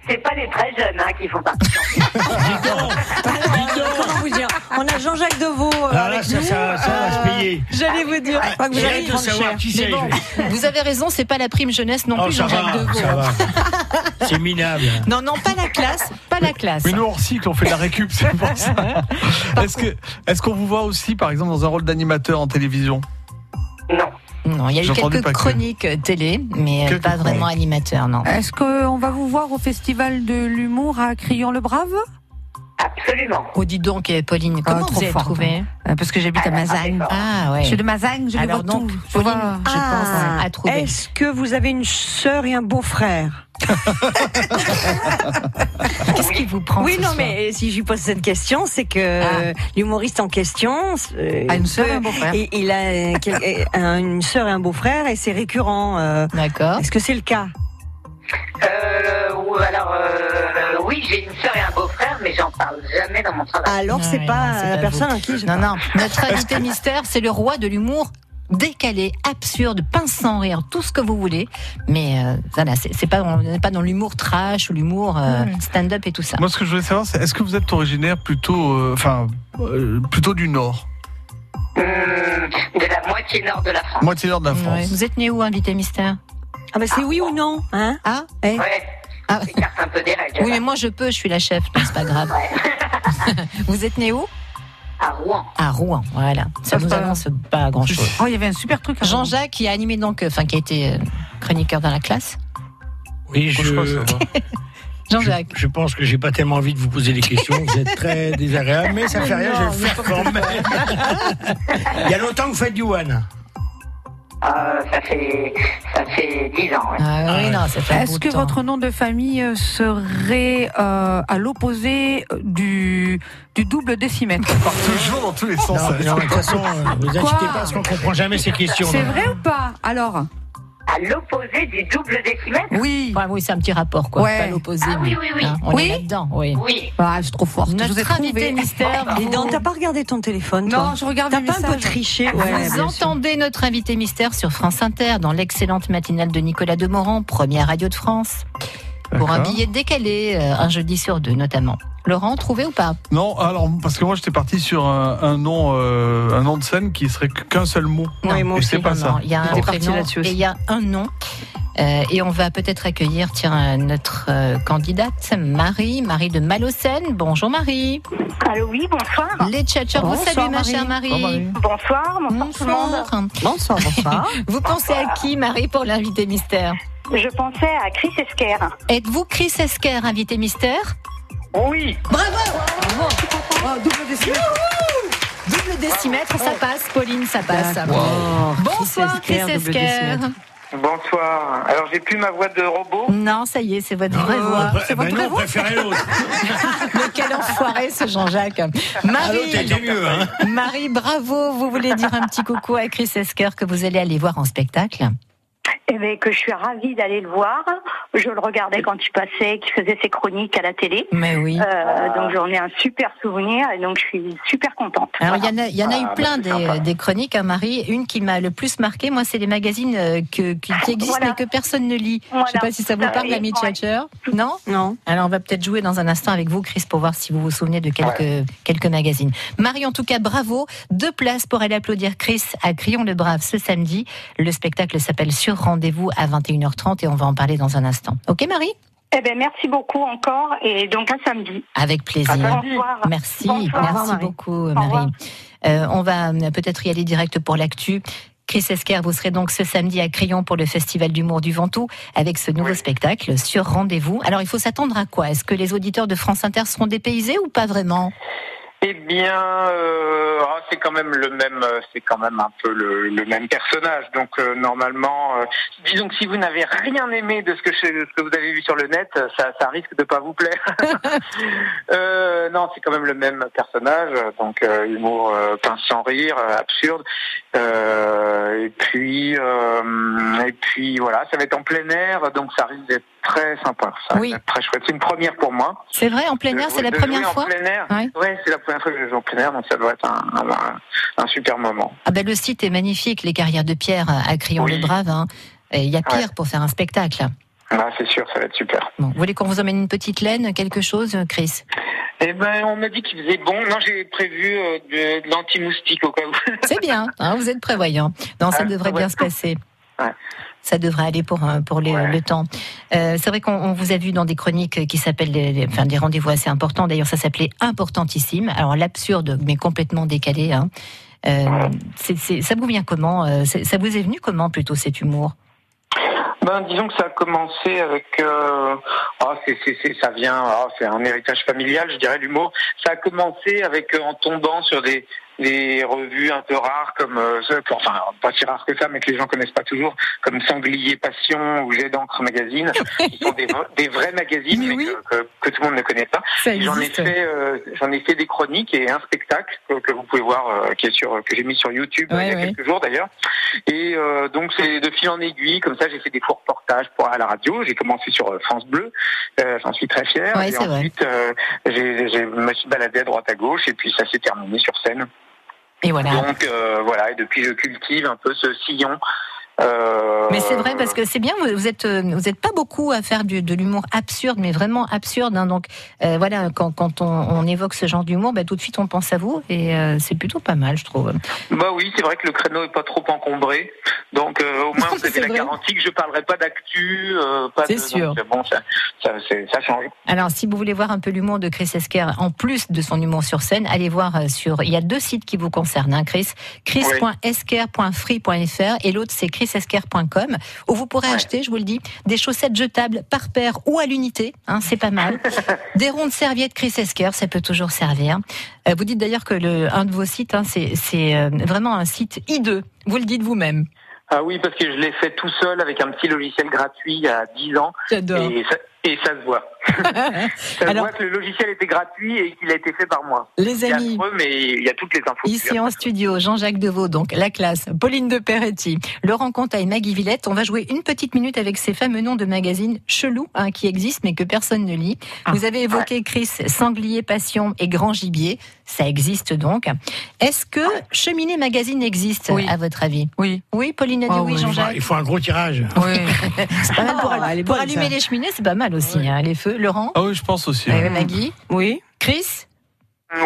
C'est pas les très jeunes hein, qui font partie.
Ah, Comment vous dire On a Jean-Jacques Deveau euh,
Ah, là,
avec
ça,
nous. Euh,
ça, ça va se
Ah,
payer.
J'allais vous dire, je crois que vous
J'ai
allez
hâte de
prendre
savoir
cher.
qui
Mais
c'est,
bon.
Vous avez raison, c'est pas la prime jeunesse non
Oh,
plus,
ça
Jean-Jacques
va,
Ah, Deveau.
ça va. C'est minable.
Non, non, pas la classe, pas la classe.
Mais nous, on recycle, on fait de la récup, c'est pour ça. Est-ce que- est-ce qu'on vous voit aussi, par exemple, dans un rôle d'animateur en télévision
Non, il y a eu
J'ai entendu
quelques
pas que.
chroniques euh, télé, mais euh,
Quelques
pas vraiment animateur, non.
Euh,
Est-ce qu'on va vous voir au Festival de l'humour à Crillon-le-Brave
Absolument.
Oh, dis donc, eh, Pauline, comment
Ah, trop
vous avez
forte.
trouvé
Euh, Parce que j'habite à Mazagne.
Ah ouais.
Je suis de Mazagne, je les
Alors
vois
donc,
tout. Je
Pauline,
vois-
je pense
Ah,
à trouver.
Est-ce que vous avez une sœur et un beau-frère
Qu'est-ce qui vous prend
Oui,
ce
non,
soir
mais euh, si je lui pose cette question, c'est que euh, l'humoriste en question euh,
A une
il
sœur
peut-
et un beau-frère.
Il, il a quel- euh, un- une sœur et un beau-frère et c'est récurrent. euh.
D'accord.
Est-ce que c'est le cas
Euh, ou alors, euh, oui, j'ai une sœur et un beau-frère, mais j'en parle jamais dans mon travail.
Ah
Alors, c'est pas la personne à qui je
Non, non. Notre invité mystère, c'est le roi de l'humour décalé, absurde, pince sans rire, tout ce que vous voulez. Mais euh, voilà, c'est c'est pas, on n'est pas dans l'humour trash ou l'humour euh,
Hmm.
stand-up et tout ça.
Moi, ce que je voulais savoir, c'est est-ce que vous êtes originaire plutôt, euh, enfin, euh, plutôt du Nord,
Hmm, De la moitié nord de la France.
moitié Nord de la
Ouais.
France
Vous êtes né où, invité mystère
Ah,
bah,
ben c'est oui ou non, hein
Ah
Ouais. J'écarte un peu des règles.
Oui, mais moi je peux, je suis la chef, donc c'est pas grave. vous êtes né où
À Rouen.
À Rouen, voilà. Ça nous annonce pas grand-chose.
Oh, il y avait un super truc. à
Jean-Jacques, qui a animé donc, euh, enfin qui a été euh, chroniqueur dans la classe.
Oui, je.
Jean-Jacques.
Je pense que j'ai pas tellement envie de vous poser des questions. Vous êtes très désagréable, mais ça fait rien, je vais le faire quand même. Il y a longtemps que vous faites du one.
Euh, ça fait ça fait 10
Ah
ans. ouais.
Ah Est-ce que votre nom de famille euh, serait euh, à l'opposé euh, du, du double décimètre
Toujours dans tous les
Non, mais non, de toute façon, euh, vous
Quoi
inquiétez pas, parce qu'on comprend
Ah,
jamais ces questions.
C'est
non.
vrai ou pas Alors
À l'opposé du double décimètre
Oui.
oui, c'est un petit rapport, quoi.
Ouais.
Pas l'opposé.
Ah oui,
mais,
oui, oui.
hein, on
Oui
est là-dedans, oui.
Oui.
Ah, je suis trop forte. je vous ai
Notre
trouvé.
invité mystère.
Dis
vous-
donc, t'as pas regardé ton téléphone
Non,
toi
je regarde
T'as
mes
pas un peu
messages.
triché Ouais, bien
Ah, Vous
sûr.
entendez notre invité mystère sur France Inter dans l'excellente matinale de Nicolas Demorand, première radio de France, pour un
D'accord.
billet décalé, euh, un jeudi sur deux notamment. Laurent, trouvé ou pas
Non, alors parce que moi j'étais parti sur un, un nom, euh, un nom de scène qui serait qu'un seul mot.
Non,
et c'est pas
non,
ça.
Il y a un
Bon.
prénom et il y a un nom. Euh, et on va peut-être accueillir tiens, notre euh, candidate, Marie, Marie de Malocène. Bonjour Marie.
Allô, oui, bonsoir.
Les tchatcheurs vous
Bonsoir,
saluent, ma
Marie.
chère Marie.
Bonsoir, bonsoir, tout le monde.
Bonsoir, bonsoir. vous pensez à qui, Marie, pour l'invité mystère
Je pensais à Chris Esquer.
Êtes-vous Chris Esquer, invité mystère
Oui.
Bravo Oh, Double décimètre Double décimètre, ça passe, Pauline, Bah, ça passe. Oh. Bonsoir, Chris Esquer.
Bonsoir. Alors, j'ai plus ma voix de robot.
Non, ça y est, c'est votre vraie
Euh,
voix. C'est
ben
bah
votre vraie voix.
l'autre.
Mais quel enfoiré ce Jean-Jacques.
l'autre, elle
Marie,
était mieux, hein.
Marie, bravo. Vous voulez dire un petit coucou à Chris Esker que vous allez aller voir en spectacle
Eh bien, que je suis ravie d'aller le voir. Je le regardais quand il passait, qu'il faisait ses chroniques à la télé. Euh,
Mais oui.
donc, j'en ai un super souvenir et donc je suis super contente.
alors, il y en a, il y en a
Ah,
eu
bah,
plein
c'est sympa.
des, des chroniques, hein, Marie. Une qui m'a le plus marqué, moi, c'est les magazines euh, que, qui, qui existent
Voilà.
mais que personne ne lit. Je sais
Voilà.
pas si ça vous
Ah
parle,
oui,
l'ami
ouais.
Thatcher. Non
Non.
Alors, on va peut-être jouer dans un instant avec vous, Chris, pour voir si vous vous souvenez de quelques, quelques magazines. Marie, en tout cas, bravo. Deux places pour aller applaudir Chris à Crillon-le-Brave ce samedi. Le spectacle s'appelle Sur Rendez-vous à 21h30 et on va en parler dans un instant. OK, Marie
Eh bien, merci beaucoup encore et donc à samedi.
Avec plaisir.
Bonsoir.
Merci,
Bonsoir. Au revoir,
merci
Marie.
beaucoup Marie. Euh, on va euh, peut-être y aller direct pour l'actu. Chris Esquer, vous serez donc ce samedi à Crayon pour le Festival d'humour du Ventoux avec ce nouveau spectacle sur rendez-vous. Alors il faut s'attendre à quoi Est-ce que les auditeurs de France Inter seront dépaysés ou pas vraiment
Eh bien, euh, ah, c'est quand même le même, euh, c'est quand même un peu le, le même personnage. Donc euh, normalement, euh, disons que si vous n'avez rien aimé de ce que, je- ce que vous avez vu sur le net, euh, ça, ça risque de pas vous plaire. Euh, non, c'est quand même le même personnage. Donc euh, humour euh, pince sans rire, euh, absurde. Euh, et puis, euh, et puis voilà, ça va être en plein air, donc ça risque d'être très sympa. Ça risque d'être très chouette. C'est une première pour moi.
C'est vrai, en plein
De
air,
jouer-
c'est la
de
première
jouer Euh, en
fois
plein air.
Ouais.
Ouais, c'est la première fois que je joue en plein air, donc ça doit être un, un- un super moment.
Ah ben le site est magnifique, les carrières de pierre à Crayon-le-Brave. hein. Et Il y a pire pour faire un spectacle.
Là, Ah, c'est sûr, ça va être super.
Bon, vous voulez qu'on vous emmène une petite laine, quelque chose, Chris
Eh ben, on m'a dit qu'il faisait bon. Non, j'ai prévu euh, de, de l'anti-moustique au cas où.
C'est bien, hein, vous êtes prévoyant. Non, ça
Ouais,
devrait bien
ouais.
se passer. Ça devrait aller pour, euh, pour les- le temps. Euh, c'est vrai qu'on on vous a vu dans des chroniques qui s'appellent les- les- enfin, des rendez-vous assez importants. D'ailleurs, ça s'appelait Importantissime. Alors, l'absurde, mais complètement décalé. Hein. Euh, c'est- c'est- ça vous vient comment euh, c'est- Ça vous est venu comment plutôt cet humour
Ben, disons que ça a commencé avec. Euh, ah, c'est, c'est, c'est- ça vient. ah, c'est un héritage familial, je dirais, l'humour. Ça a commencé avec euh, en tombant sur des des revues un peu rares comme euh, ce- enfin pas si rares que ça mais que les gens connaissent pas toujours comme Sanglier Passion ou Jet d'encre magazine qui sont des, vra- des vrais magazines mais que, que- que tout le monde ne connaît pas
Ça
Et j'en ai
existe.
fait euh, j'en ai fait des chroniques et un spectacle que, que vous pouvez voir euh, qui est sur que j'ai mis sur YouTube
Ouais,
il y a
ouais.
quelques jours d'ailleurs et euh, donc c'est de fil en aiguille, comme ça j'ai fait des courts reportages pour à la radio. J'ai commencé sur euh, France Bleu, Euh, j'en suis très fier.
Ouais,
et
c'est vrai.
ensuite, euh, j'ai- j'ai- je me suis baladé à droite à gauche et puis ça s'est terminé sur scène.
Et voilà.
Donc euh, voilà, et depuis je cultive un peu ce sillon. Euh,
Mais c'est vrai parce que c'est bien, vous vous êtes, euh, vous êtes pas beaucoup à faire du- de l'humour absurde, mais vraiment absurde. hein. donc euh, voilà, quand, quand on, on évoque ce genre d'humour, bah, tout de suite on pense à vous et euh, c'est plutôt pas mal, je trouve.
Bah oui, c'est vrai que le créneau est pas trop encombré, donc euh, au moins vous avez la garantie que je parlerai pas d'actu, euh, pas
C'est
de-
sûr.
donc, bon, ça, ça, c'est- ça change.
Alors, si vous voulez voir un peu l'humour de Chris Esquer, en plus de son humour sur scène, allez voir euh, sur. Il y a deux sites qui vous concernent, hein, Chris. Chris.esquer.free.fr et l'autre, c'est chrisesquer.com, où vous pourrez acheter, je vous le dis, des chaussettes jetables par paire ou à l'unité. Hein, c'est pas mal. des rondes serviettes Chris Esquer, ça peut toujours servir. Euh, vous dites d'ailleurs que le, un de vos sites, hein, c'est c'est, euh, vraiment un site hideux. Vous le dites vous-même.
Ah oui, parce que je l'ai fait tout seul avec un petit logiciel gratuit il y a 10 ans.
J'adore.
Et ça, et ça se voit. ça se voit que le logiciel était gratuit et qu'il a été fait par moi.
Les
C'est
amis.
affreux, mais il y a toutes les infos.
Ici en studio, Jean-Jacques Deveau, donc la classe, Pauline de Peretti, Laurent Conta et Maggie Villette. On va jouer une petite minute avec ces fameux noms de magazines chelous hein, qui existent mais que personne ne lit.
Ah,
Vous avez évoqué, Chris, Sanglier, Passion et Grand Gibier. Ça existe donc. Est-ce que
Ah.
Cheminée Magazine existe, à votre avis
Oui.
Oui, Pauline a dit oui,
Oh, Il faut-
Jean-Jacques.
Il faut un gros tirage.
c'est pas mal pour,
Ah, elle est
pour
bonne,
allumer
ça.
les cheminées, c'est pas mal aussi. hein, les feux, Laurent
Ah oui, je pense aussi.
Ouais, Maggie Oui. Chris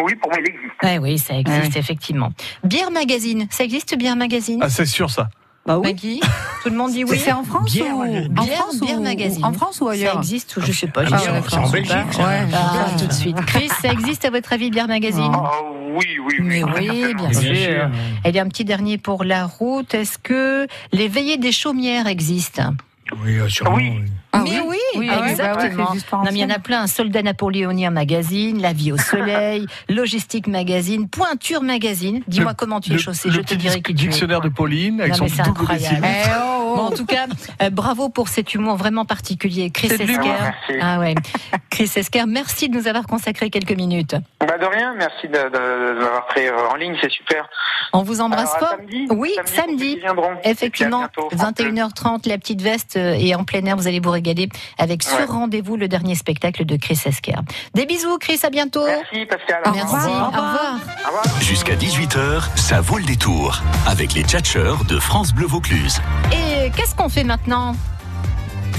Oui, pour moi, il existe.
oui, ça existe, effectivement. Bière Magazine, ça existe Bière Magazine
Ah, c'est sûr ça.
Bah oui. tout le monde dit oui.
C'est en France
Bière,
ou
Magazine.
en
Bière,
France
Bière
ou-
Magazine.
en France ou ailleurs
Ça existe ou je sais pas.
Ah,
je
bah,
sais pas.
c'est en
Je sais
Belgique,
pas.
ça.
Ouais.
Ah,
Ah, tout de suite. Chris, ça existe à votre avis Bière Magazine
Ah.
oui, oui,
Mais oui, bien
Eh
sûr. Elle est un petit dernier pour la route. Est-ce que les veillées des chaumières existent
Oui, euh, sûrement.
mais oui,
Oui, ah ouais, bah
exactement.
ouais, c'est juste pas
Non, mais il y en a
ancien.
plein. Soldat napoléonien magazine, La vie au soleil, Logistique magazine, Pointure magazine. Dis-moi
Le-
comment tu es
le-
chaussé,
le
je te
petit
dirai
dic-
qui tu es. Eh, oh,
dictionnaire de Pauline avec
Non,
son
mais c'est
double
incroyable.
décimètre.
Bon, en tout cas, euh, bravo pour cet humour vraiment particulier. Chris
C'est de
Esker.
l'humour, merci.
Ah ouais. Chris Esker, merci de nous avoir consacré quelques minutes.
Bah de rien, merci de, de- de m'avoir pris euh, en ligne, c'est super.
On vous embrasse
Alors, à
fort.
samedi,
oui, samedi. Effectivement,
Et puis à bientôt.
21h30, la petite veste euh, et en plein air, vous allez vous régaler avec sur
Ouais.
rendez-vous le dernier spectacle de Chris Esker. Des bisous, Chris, à bientôt.
Merci, Pascal.
Merci, au revoir.
Jusqu'à 18h, ça vaut le détour avec les tchatcheurs de France Bleu Vaucluse.
Et qu'est-ce qu'on fait maintenant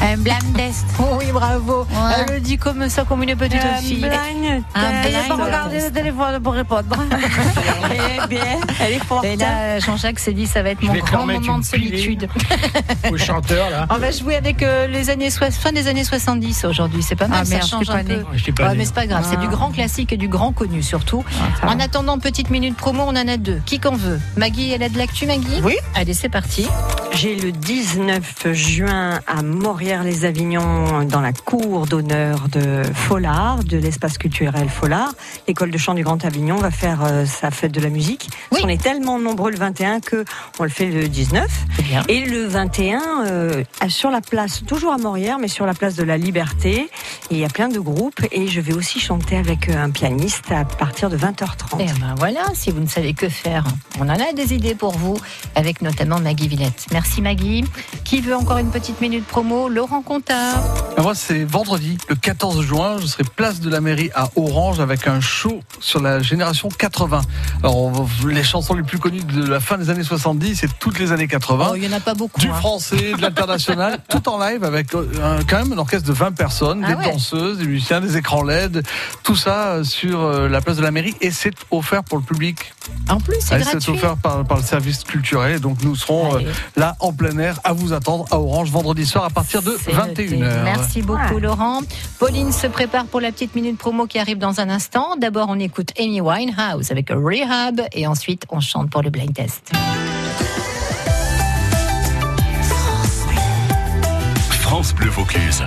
un blind test. oui, bravo. Elle le dit comme ça, comme une petite
Un
fille.
blind
Un
test.
blind
Elle a pas regardé
le téléphone pour répondre. bien, elle est forte. Et là, Jean-Jacques s'est dit, ça va être mon
vais te
grand
remettre
moment
une
de solitude.
Au chanteur, là.
On va jouer avec euh, les années soix- fin des années 70 aujourd'hui. C'est pas mal,
Ah,
ça
merde, je
change
suis pas
un
née.
peu.
Ouais, je suis pas
Ouais,
née.
mais c'est pas grave, c'est
Ah.
du grand classique et du grand connu surtout. en attendant, petite minute promo, on en a deux. Qui qu'en veut Maggie, elle a de l'actu, Maggie
Oui.
Allez, c'est parti.
J'ai le 19 juin à Morières-les-Avignon, dans la cour d'honneur de Follard, de l'espace culturel Follard. L'école de chant du Grand Avignon va faire euh, sa fête de la musique. On est tellement nombreux le 21 que on le fait le 19. Et le 21, euh, à- sur la place, toujours à Morières, mais sur la place de la Liberté. Et il y a plein de groupes et je vais aussi chanter avec euh, un pianiste à partir de 20h30.
Eh ben voilà, si vous ne savez que faire, on en a des idées pour vous, avec notamment Maggie Villette. Merci Maggie. Qui veut encore une petite minute promo Laurent Conta.
Ah, Moi, c'est vendredi, le 14 juin, je serai place de la mairie à Orange avec un show sur la génération 80. Alors, on va- les chansons les plus connues de la fin des années 70 et toutes les années 80.
Oh, il y en a pas beaucoup,
Du
hein.
français, de l'international, tout en live avec euh, un- quand même un orchestre de 20 personnes, des
Ah ouais.
danseuses, des musiciens, des écrans LED, tout ça euh, sur euh, la place de la mairie et c'est offert pour le public.
En plus, c'est
Ouais,
gratuit.
offert par, par le service culturel. Donc nous serons euh, là en plein air à vous attendre à Orange vendredi soir à partir de
C'est noté.
21h.
Merci beaucoup Laurent. Pauline se prépare pour la petite minute promo qui arrive dans un instant. D'abord, on écoute Amy Winehouse avec Rehab et ensuite on chante pour le blind test.
France Bleu Vaucluse.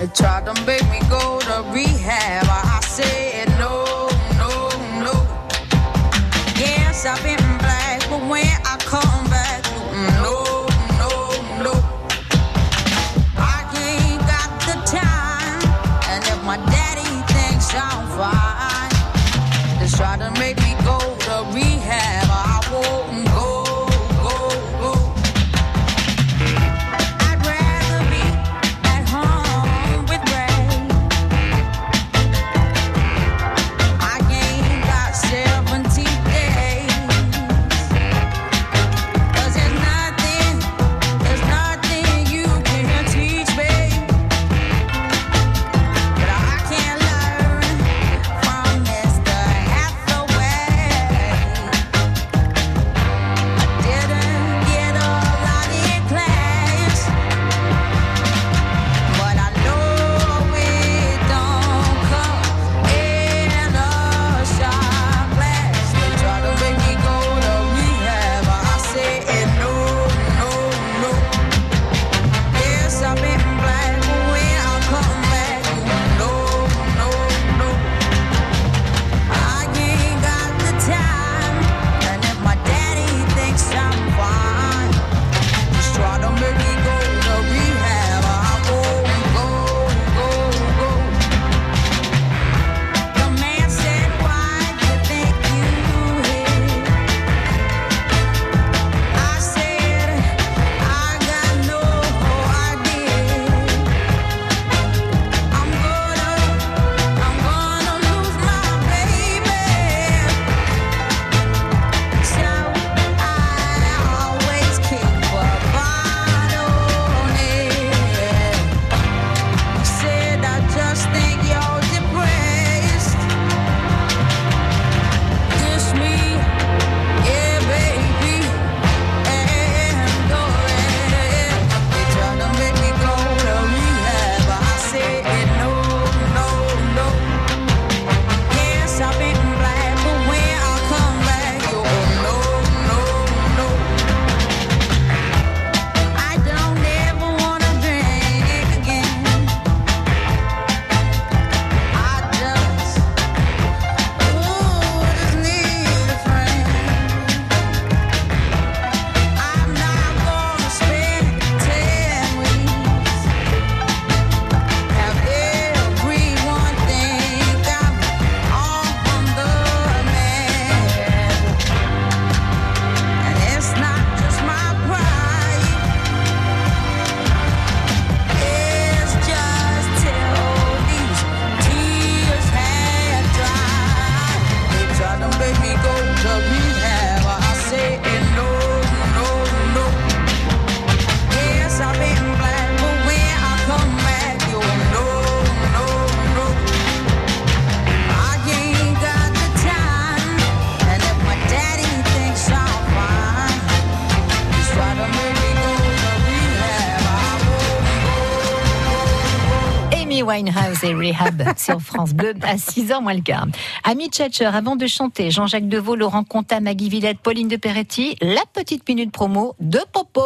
They tried to make me go to rehab. I said no, no, no. Yes, I've been black, but when I come back, no, no, no. I ain't got the time, and if my daddy thinks I'm fine, they try to make me go to rehab. I won't go, go, go. I'd rather be at home with Ray. I ain't got 17 days.
Winehouse et Rehab sur France Bleu à 6h moins le quart. Ami Tchatcher, avant de chanter, Jean-Jacques Deveau, Laurent Conta, Maggie Villette, Pauline de Peretti, la petite minute promo de Popo.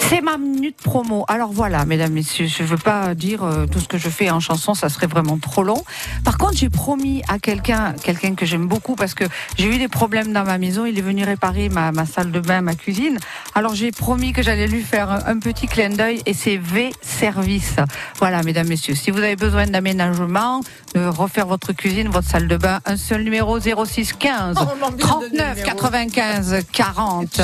C'est ma minute promo. Alors voilà, mesdames, messieurs, je ne veux pas dire euh, tout ce que je fais en chanson, ça serait vraiment trop long. Par contre, j'ai promis à quelqu'un, quelqu'un que j'aime beaucoup, parce que j'ai eu des problèmes dans ma maison, il est venu réparer ma, ma salle de bain, ma cuisine. Alors j'ai promis que j'allais lui faire un, un petit clin d'œil, et c'est V Service. Voilà, mesdames, messieurs, si vous avez besoin d'aménagement, de refaire votre cuisine, votre salle de bain, un seul numéro 06 15
Oh,
39 95 40.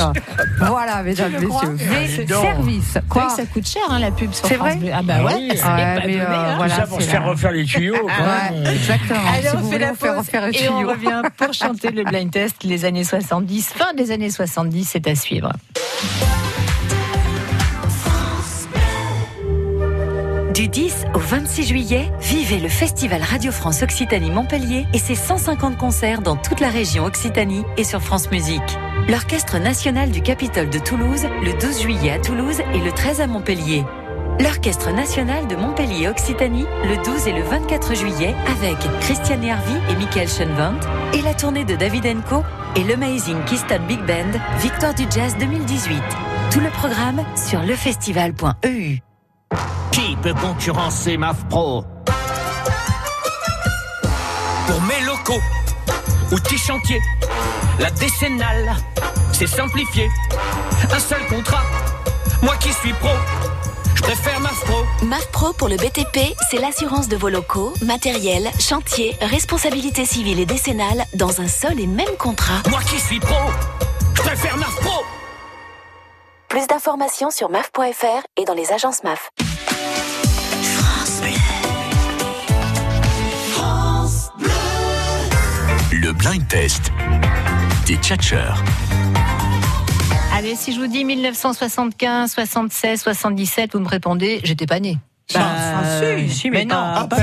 Voilà, mesdames,
Tu le crois
messieurs,
Ah,
V
dis donc.
Service.
C'est vrai que ça coûte cher hein, la pub sur
C'est
France
vrai
Bleu. Ah bah
Ah
ouais,
oui.
parce que
Ouais,
c'est pas
mais,
donné,
euh,
hein.
voilà,
ça pour
c'est
se faire
la-
refaire les tuyaux. quand
Ah ouais,
même.
exactement.
Allez,
Si
on
vous
fait
voulez
la
vous faire
pause
refaire un
et on
tuyau.
revient pour chanter le blind test les années 70, fin des années 70, c'est à suivre.
Du 10 au 26 juillet, vivez le Festival Radio France Occitanie Montpellier et ses 150 concerts dans toute la région Occitanie et sur France Musique. L'Orchestre national du Capitole de Toulouse, le 12 juillet à Toulouse et le 13 à Montpellier. L'Orchestre national de Montpellier Occitanie, le 12 et le 24 juillet, avec Christiane Hervy et Michael Schoenwandt, et la tournée de David Enco et l'Amazing Keystone Big Band, Victoire du Jazz 2018. Tout le programme sur E lefestival.eu.
Qui peut concurrencer MAF Pro Pour mes locaux, outils chantiers, la décennale, c'est simplifié. Un seul contrat, moi qui suis pro, je préfère MAF Pro.
MAF Pro pour le BTP, c'est l'assurance de vos locaux, matériel, chantier, responsabilité civile et décennale dans un seul et même contrat.
Moi qui suis pro, je préfère MAF Pro.
Plus d'informations sur maf.fr et dans les agences MAF.
Le blind test des tchatcheurs.
Allez, si je vous dis 1975, 76, 77, vous me répondez, j'étais pas né.
hein.
Bah,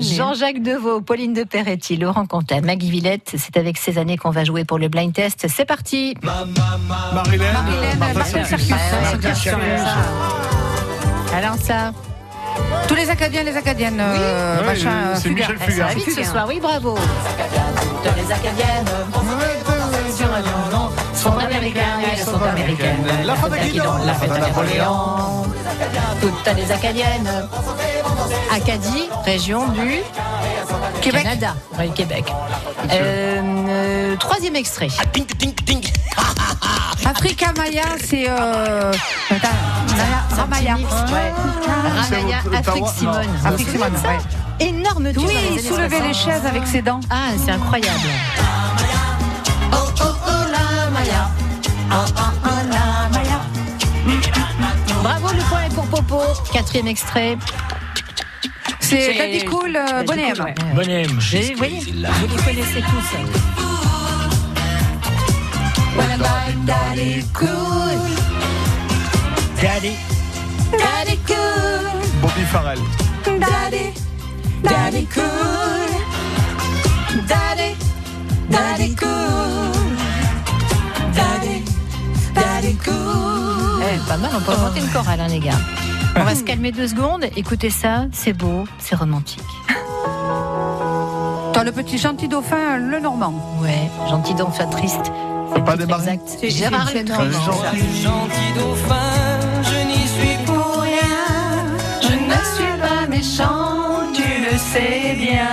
Jean-Jacques Deveau, Pauline de Peretti, Laurent Conta, Maggie Villette, c'est avec ces années qu'on va jouer pour le blind test. C'est parti
Marilène, Martha
Martha
Circus.
Circus.
Martha Circus.
Alors ça
Tous les Acadiens, les Acadiennes, euh,
Oui,
machin,
oui,
euh,
c'est
Fugain.
Michel Fugain.
Ah,
Vite
Fugain.
ce soir, oui, bravo
les Acadiennes, sont américaines, elles sont américaines. La fête à Guidon, la fête à Napoléon.
Toutes les Acadiennes. Acadie, région du Québec. Canada. Oui, Québec. Euh, euh, troisième extrait.
Ah,
Africa Maya, c'est. Euh... attends, Nana- Ramaya.
Ramaya,
C'est au-
Afrique
Ottawa, non.
Simone.
Afrique
Vous vous souvenez de ça
Simone,
Énorme tube
Oui,
dans années
soulever
60.
les chaises avec ses dents.
Ah, c'est incroyable.
Oh oh oh la Maya, oh oh oh la Maya.
Bravo, le point est pour Popo. Quatrième extrait.
C'est Daddy Cool, euh,
Daddy
Bonnet
Cool,
M.
ouais.
Bonnet M.
J'ai- Vous voyez, vous les connaissez
hein.
tous.
Daddy cool,
Daddy.
daddy cool,
Bobby Farrell.
daddy, daddy cool, daddy, daddy cool, daddy, daddy cool.
Eh, pas mal, on peut inventer une chorale, hein, les gars. On va se calmer deux secondes. Écoutez ça, c'est beau, c'est romantique.
Dans le petit gentil dauphin, le Normand.
Ouais, gentil dauphin triste. C'est
pas des marins
C'est Gérard
c'est-
Lenormand.
Gentil dauphin, je n'y suis pour rien. Je ne suis pas méchant, tu le sais bien.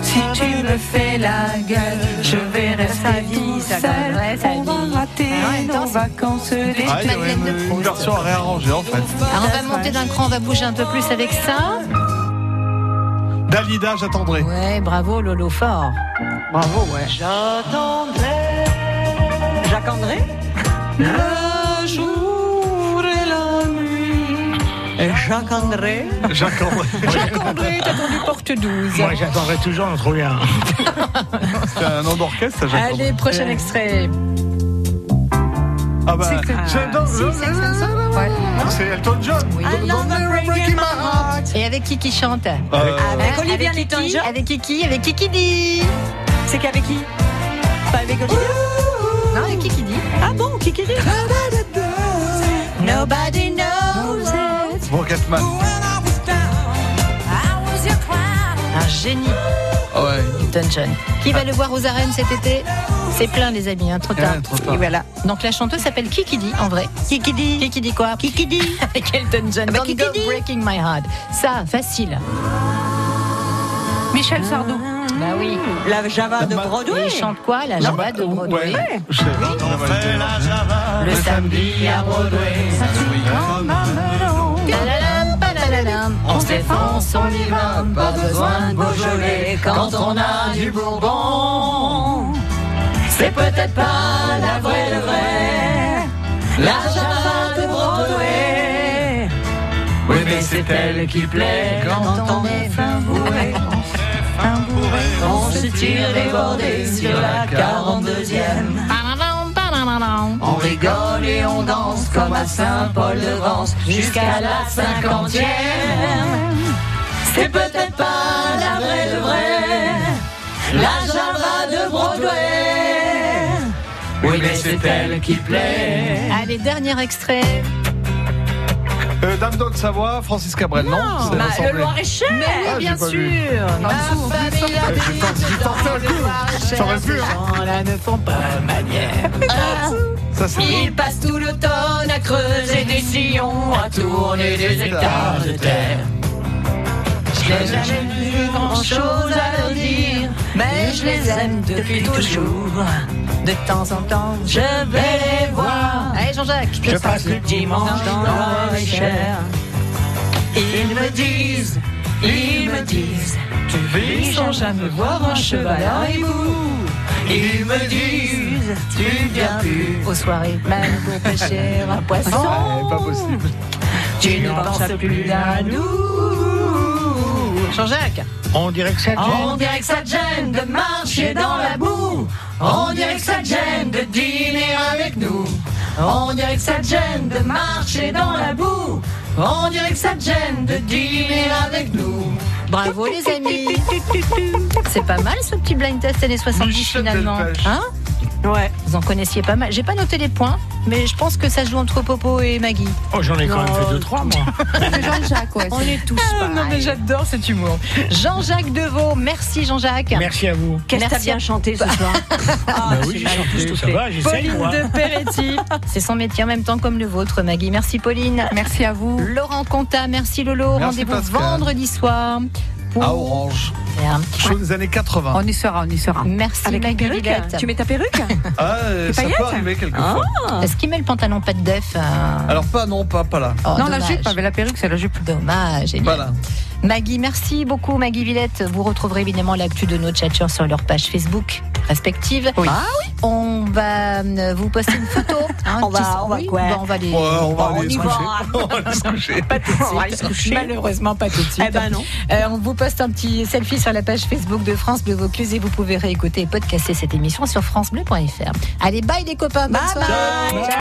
Si tu me fais la gueule, je vais rester vie seule. On va rater
Ah
nos vacances d'été.
Ah, il y aurait une, une version à réarranger en fait.
Alors, Ah, on va monter d'un cran, on va bouger un peu plus avec ça.
Dalida, j'attendrai.
Ouais, bravo Lolo Fort.
Bravo, Oh, ouais.
J'attendrai
Jacques André
le jour et la nuit.
Et Jacques André
Jacques André.
Jacques André, t'attends du porte 12.
Moi, j'attendrai toujours un trop bien.
C'est un nom d'orchestre, ça, Jacques
Allez,
André.
prochain extrait.
Ah bah,
c'est-
j'adore.
Si, c'est Saxon. Ouais.
C'est Elton John.
Et avec qui qui chante
Euh,
Avec Olivier
Avec
Newton-John.
qui Avec qui qui Avec qui qui dit
C'est qu'avec qui Pas avec Olivier
Non, avec qui qui dit
Ah bon, qui qui dit
Nobody knows it.
Brocketman.
Un génie,
Ah Ouais.
Elton John. Qui va le voir aux arènes cet été C'est plein, les amis, hein, trop tard.
Ouais, trop tard.
Et voilà. Donc la chanteuse s'appelle Kikidi, en vrai. Kikidi. Kikidi quoi Kikidi. Avec Elton John. Don't go breaking my heart. Ça, facile.
Michel Sardou.
Bah oui.
La Java de Broadway.
Il chante quoi La
Non,
Java de Broadway.
Le samedi à Broadway.
Tadadam, padadadam.
On se défonce, on y va, pas besoin de Beaujolais quand on a du Bourbon. C'est peut-être pas la vraie, de vraie, la Java de Broadway. Oui, mais c'est elle qui plaît quand on est fin bourré. On se tire débordé sur la 42e.
Padadam, padadadam.
On rigole et on danse comme à Saint-Paul-de-Vence jusqu'à la cinquantième. C'est peut-être pas la vraie de vraie, la Java de Broadway.
Ah,
Oui, mais c'est elle qui plaît.
Allez, dernier extrait.
Euh, Dame d'Aude Savoie, Francis Cabrel, non, C'est
Bah,
rassemblé.
Loir-et-Cher. Mais oui,
Ah, j'ai
bien
pas
sûr.
vu.
Ma famille
Eh, j'ai
habite
tenté- j'ai tenté un
dans le
coup.
Loir-et-Cher.
J'aurais pu, hein. Ah,
Ces gens-là ne font pas manière.
Ça, c'est-
Il passe tout l'automne à creuser des sillons, à tourner
Ah,
des hectares de terre. Je n'ai jamais vu grand chose à leur dire, mais je les aime depuis toujours.
De temps en temps,
je vais les voir.
Allez, Jean-Jacques.
Je passe le dimanche dans leur
Loir-et-Cher.
cher. Ils me disent, ils me disent, tu vis sans jamais voir un cheval à hibou. Ils me disent, tu viens plus. Eh,
Aux soirées, même pour pêcher un
Ah,
poisson.
elle est pas possible.
Tu ne penses plus à nous.
Jean-Jacques.
On dirait que ça
On
gêne.
dirait que ça te gêne de marcher dans la boue. On dirait que ça te gêne de dîner avec nous. On dirait que ça te gêne de marcher dans la boue. On dirait que ça te gêne de dîner avec nous.
Bravo les amis. C'est pas mal ce petit blind test années 70 finalement.
Delpech.
Hein
Ouais.
Vous en connaissiez pas mal. J'ai pas noté les points, mais je pense que ça se joue entre Popo et Maggie.
Oh, j'en ai quand même fait deux, trois, moi.
Jean-Jacques, On est tous pareils. Non, mais j'adore cet humour. Jean-Jacques Deveau, merci Jean-Jacques.
Merci à vous.
Qu'est-ce que t'as
Merci
bien
à-
chanté ce soir
Ah,
Bah oui, j'ai chanté, ça va, j'essaye,
Pauline
moi.
de Peretti. C'est son métier en même temps comme le vôtre, Maggie. Merci Pauline. Merci à vous. Laurent Conta, merci Lolo.
Merci,
Rendez-vous
Pascal.
vendredi soir. pour-
À Orange.
Merde.
Show des années 80.
On y sera, on y sera.
Merci
Avec la
Maggie
perruque
Villette.
Tu mets ta perruque
Ah, euh,
Des
ça peut
paillettes
arriver
Ah.
quelquefois.
Est-ce qu'il met le pantalon pas de def euh,
Alors, pas, non, pas, pas là.
Oh,
non, la
dommage.
jupe, avec la perruque, c'est la jupe.
Dommage. Elliot.
Pas là.
Maggie, merci beaucoup, Maggie Villette. Vous retrouverez évidemment l'actu de nos chatchers sur leur page Facebook respective.
Ah
On va euh, vous poster une photo. hein,
On va-
petit-
on va
oui,
quoi
bah, On va les.
Ouais, on va aller
y
se
va.
coucher. On va aller se coucher.
Pas tout de
On va aller
suite.
Ah, se coucher.
Malheureusement, pas tout de suite.
Eh ben non.
Euh, on vous poste un petit selfie sur la page Facebook de France Bleu Vaucluse et vous pouvez réécouter et podcaster cette émission sur FranceBleu.fr. Allez, bye les copains. bonne
Bye
soirée.
bye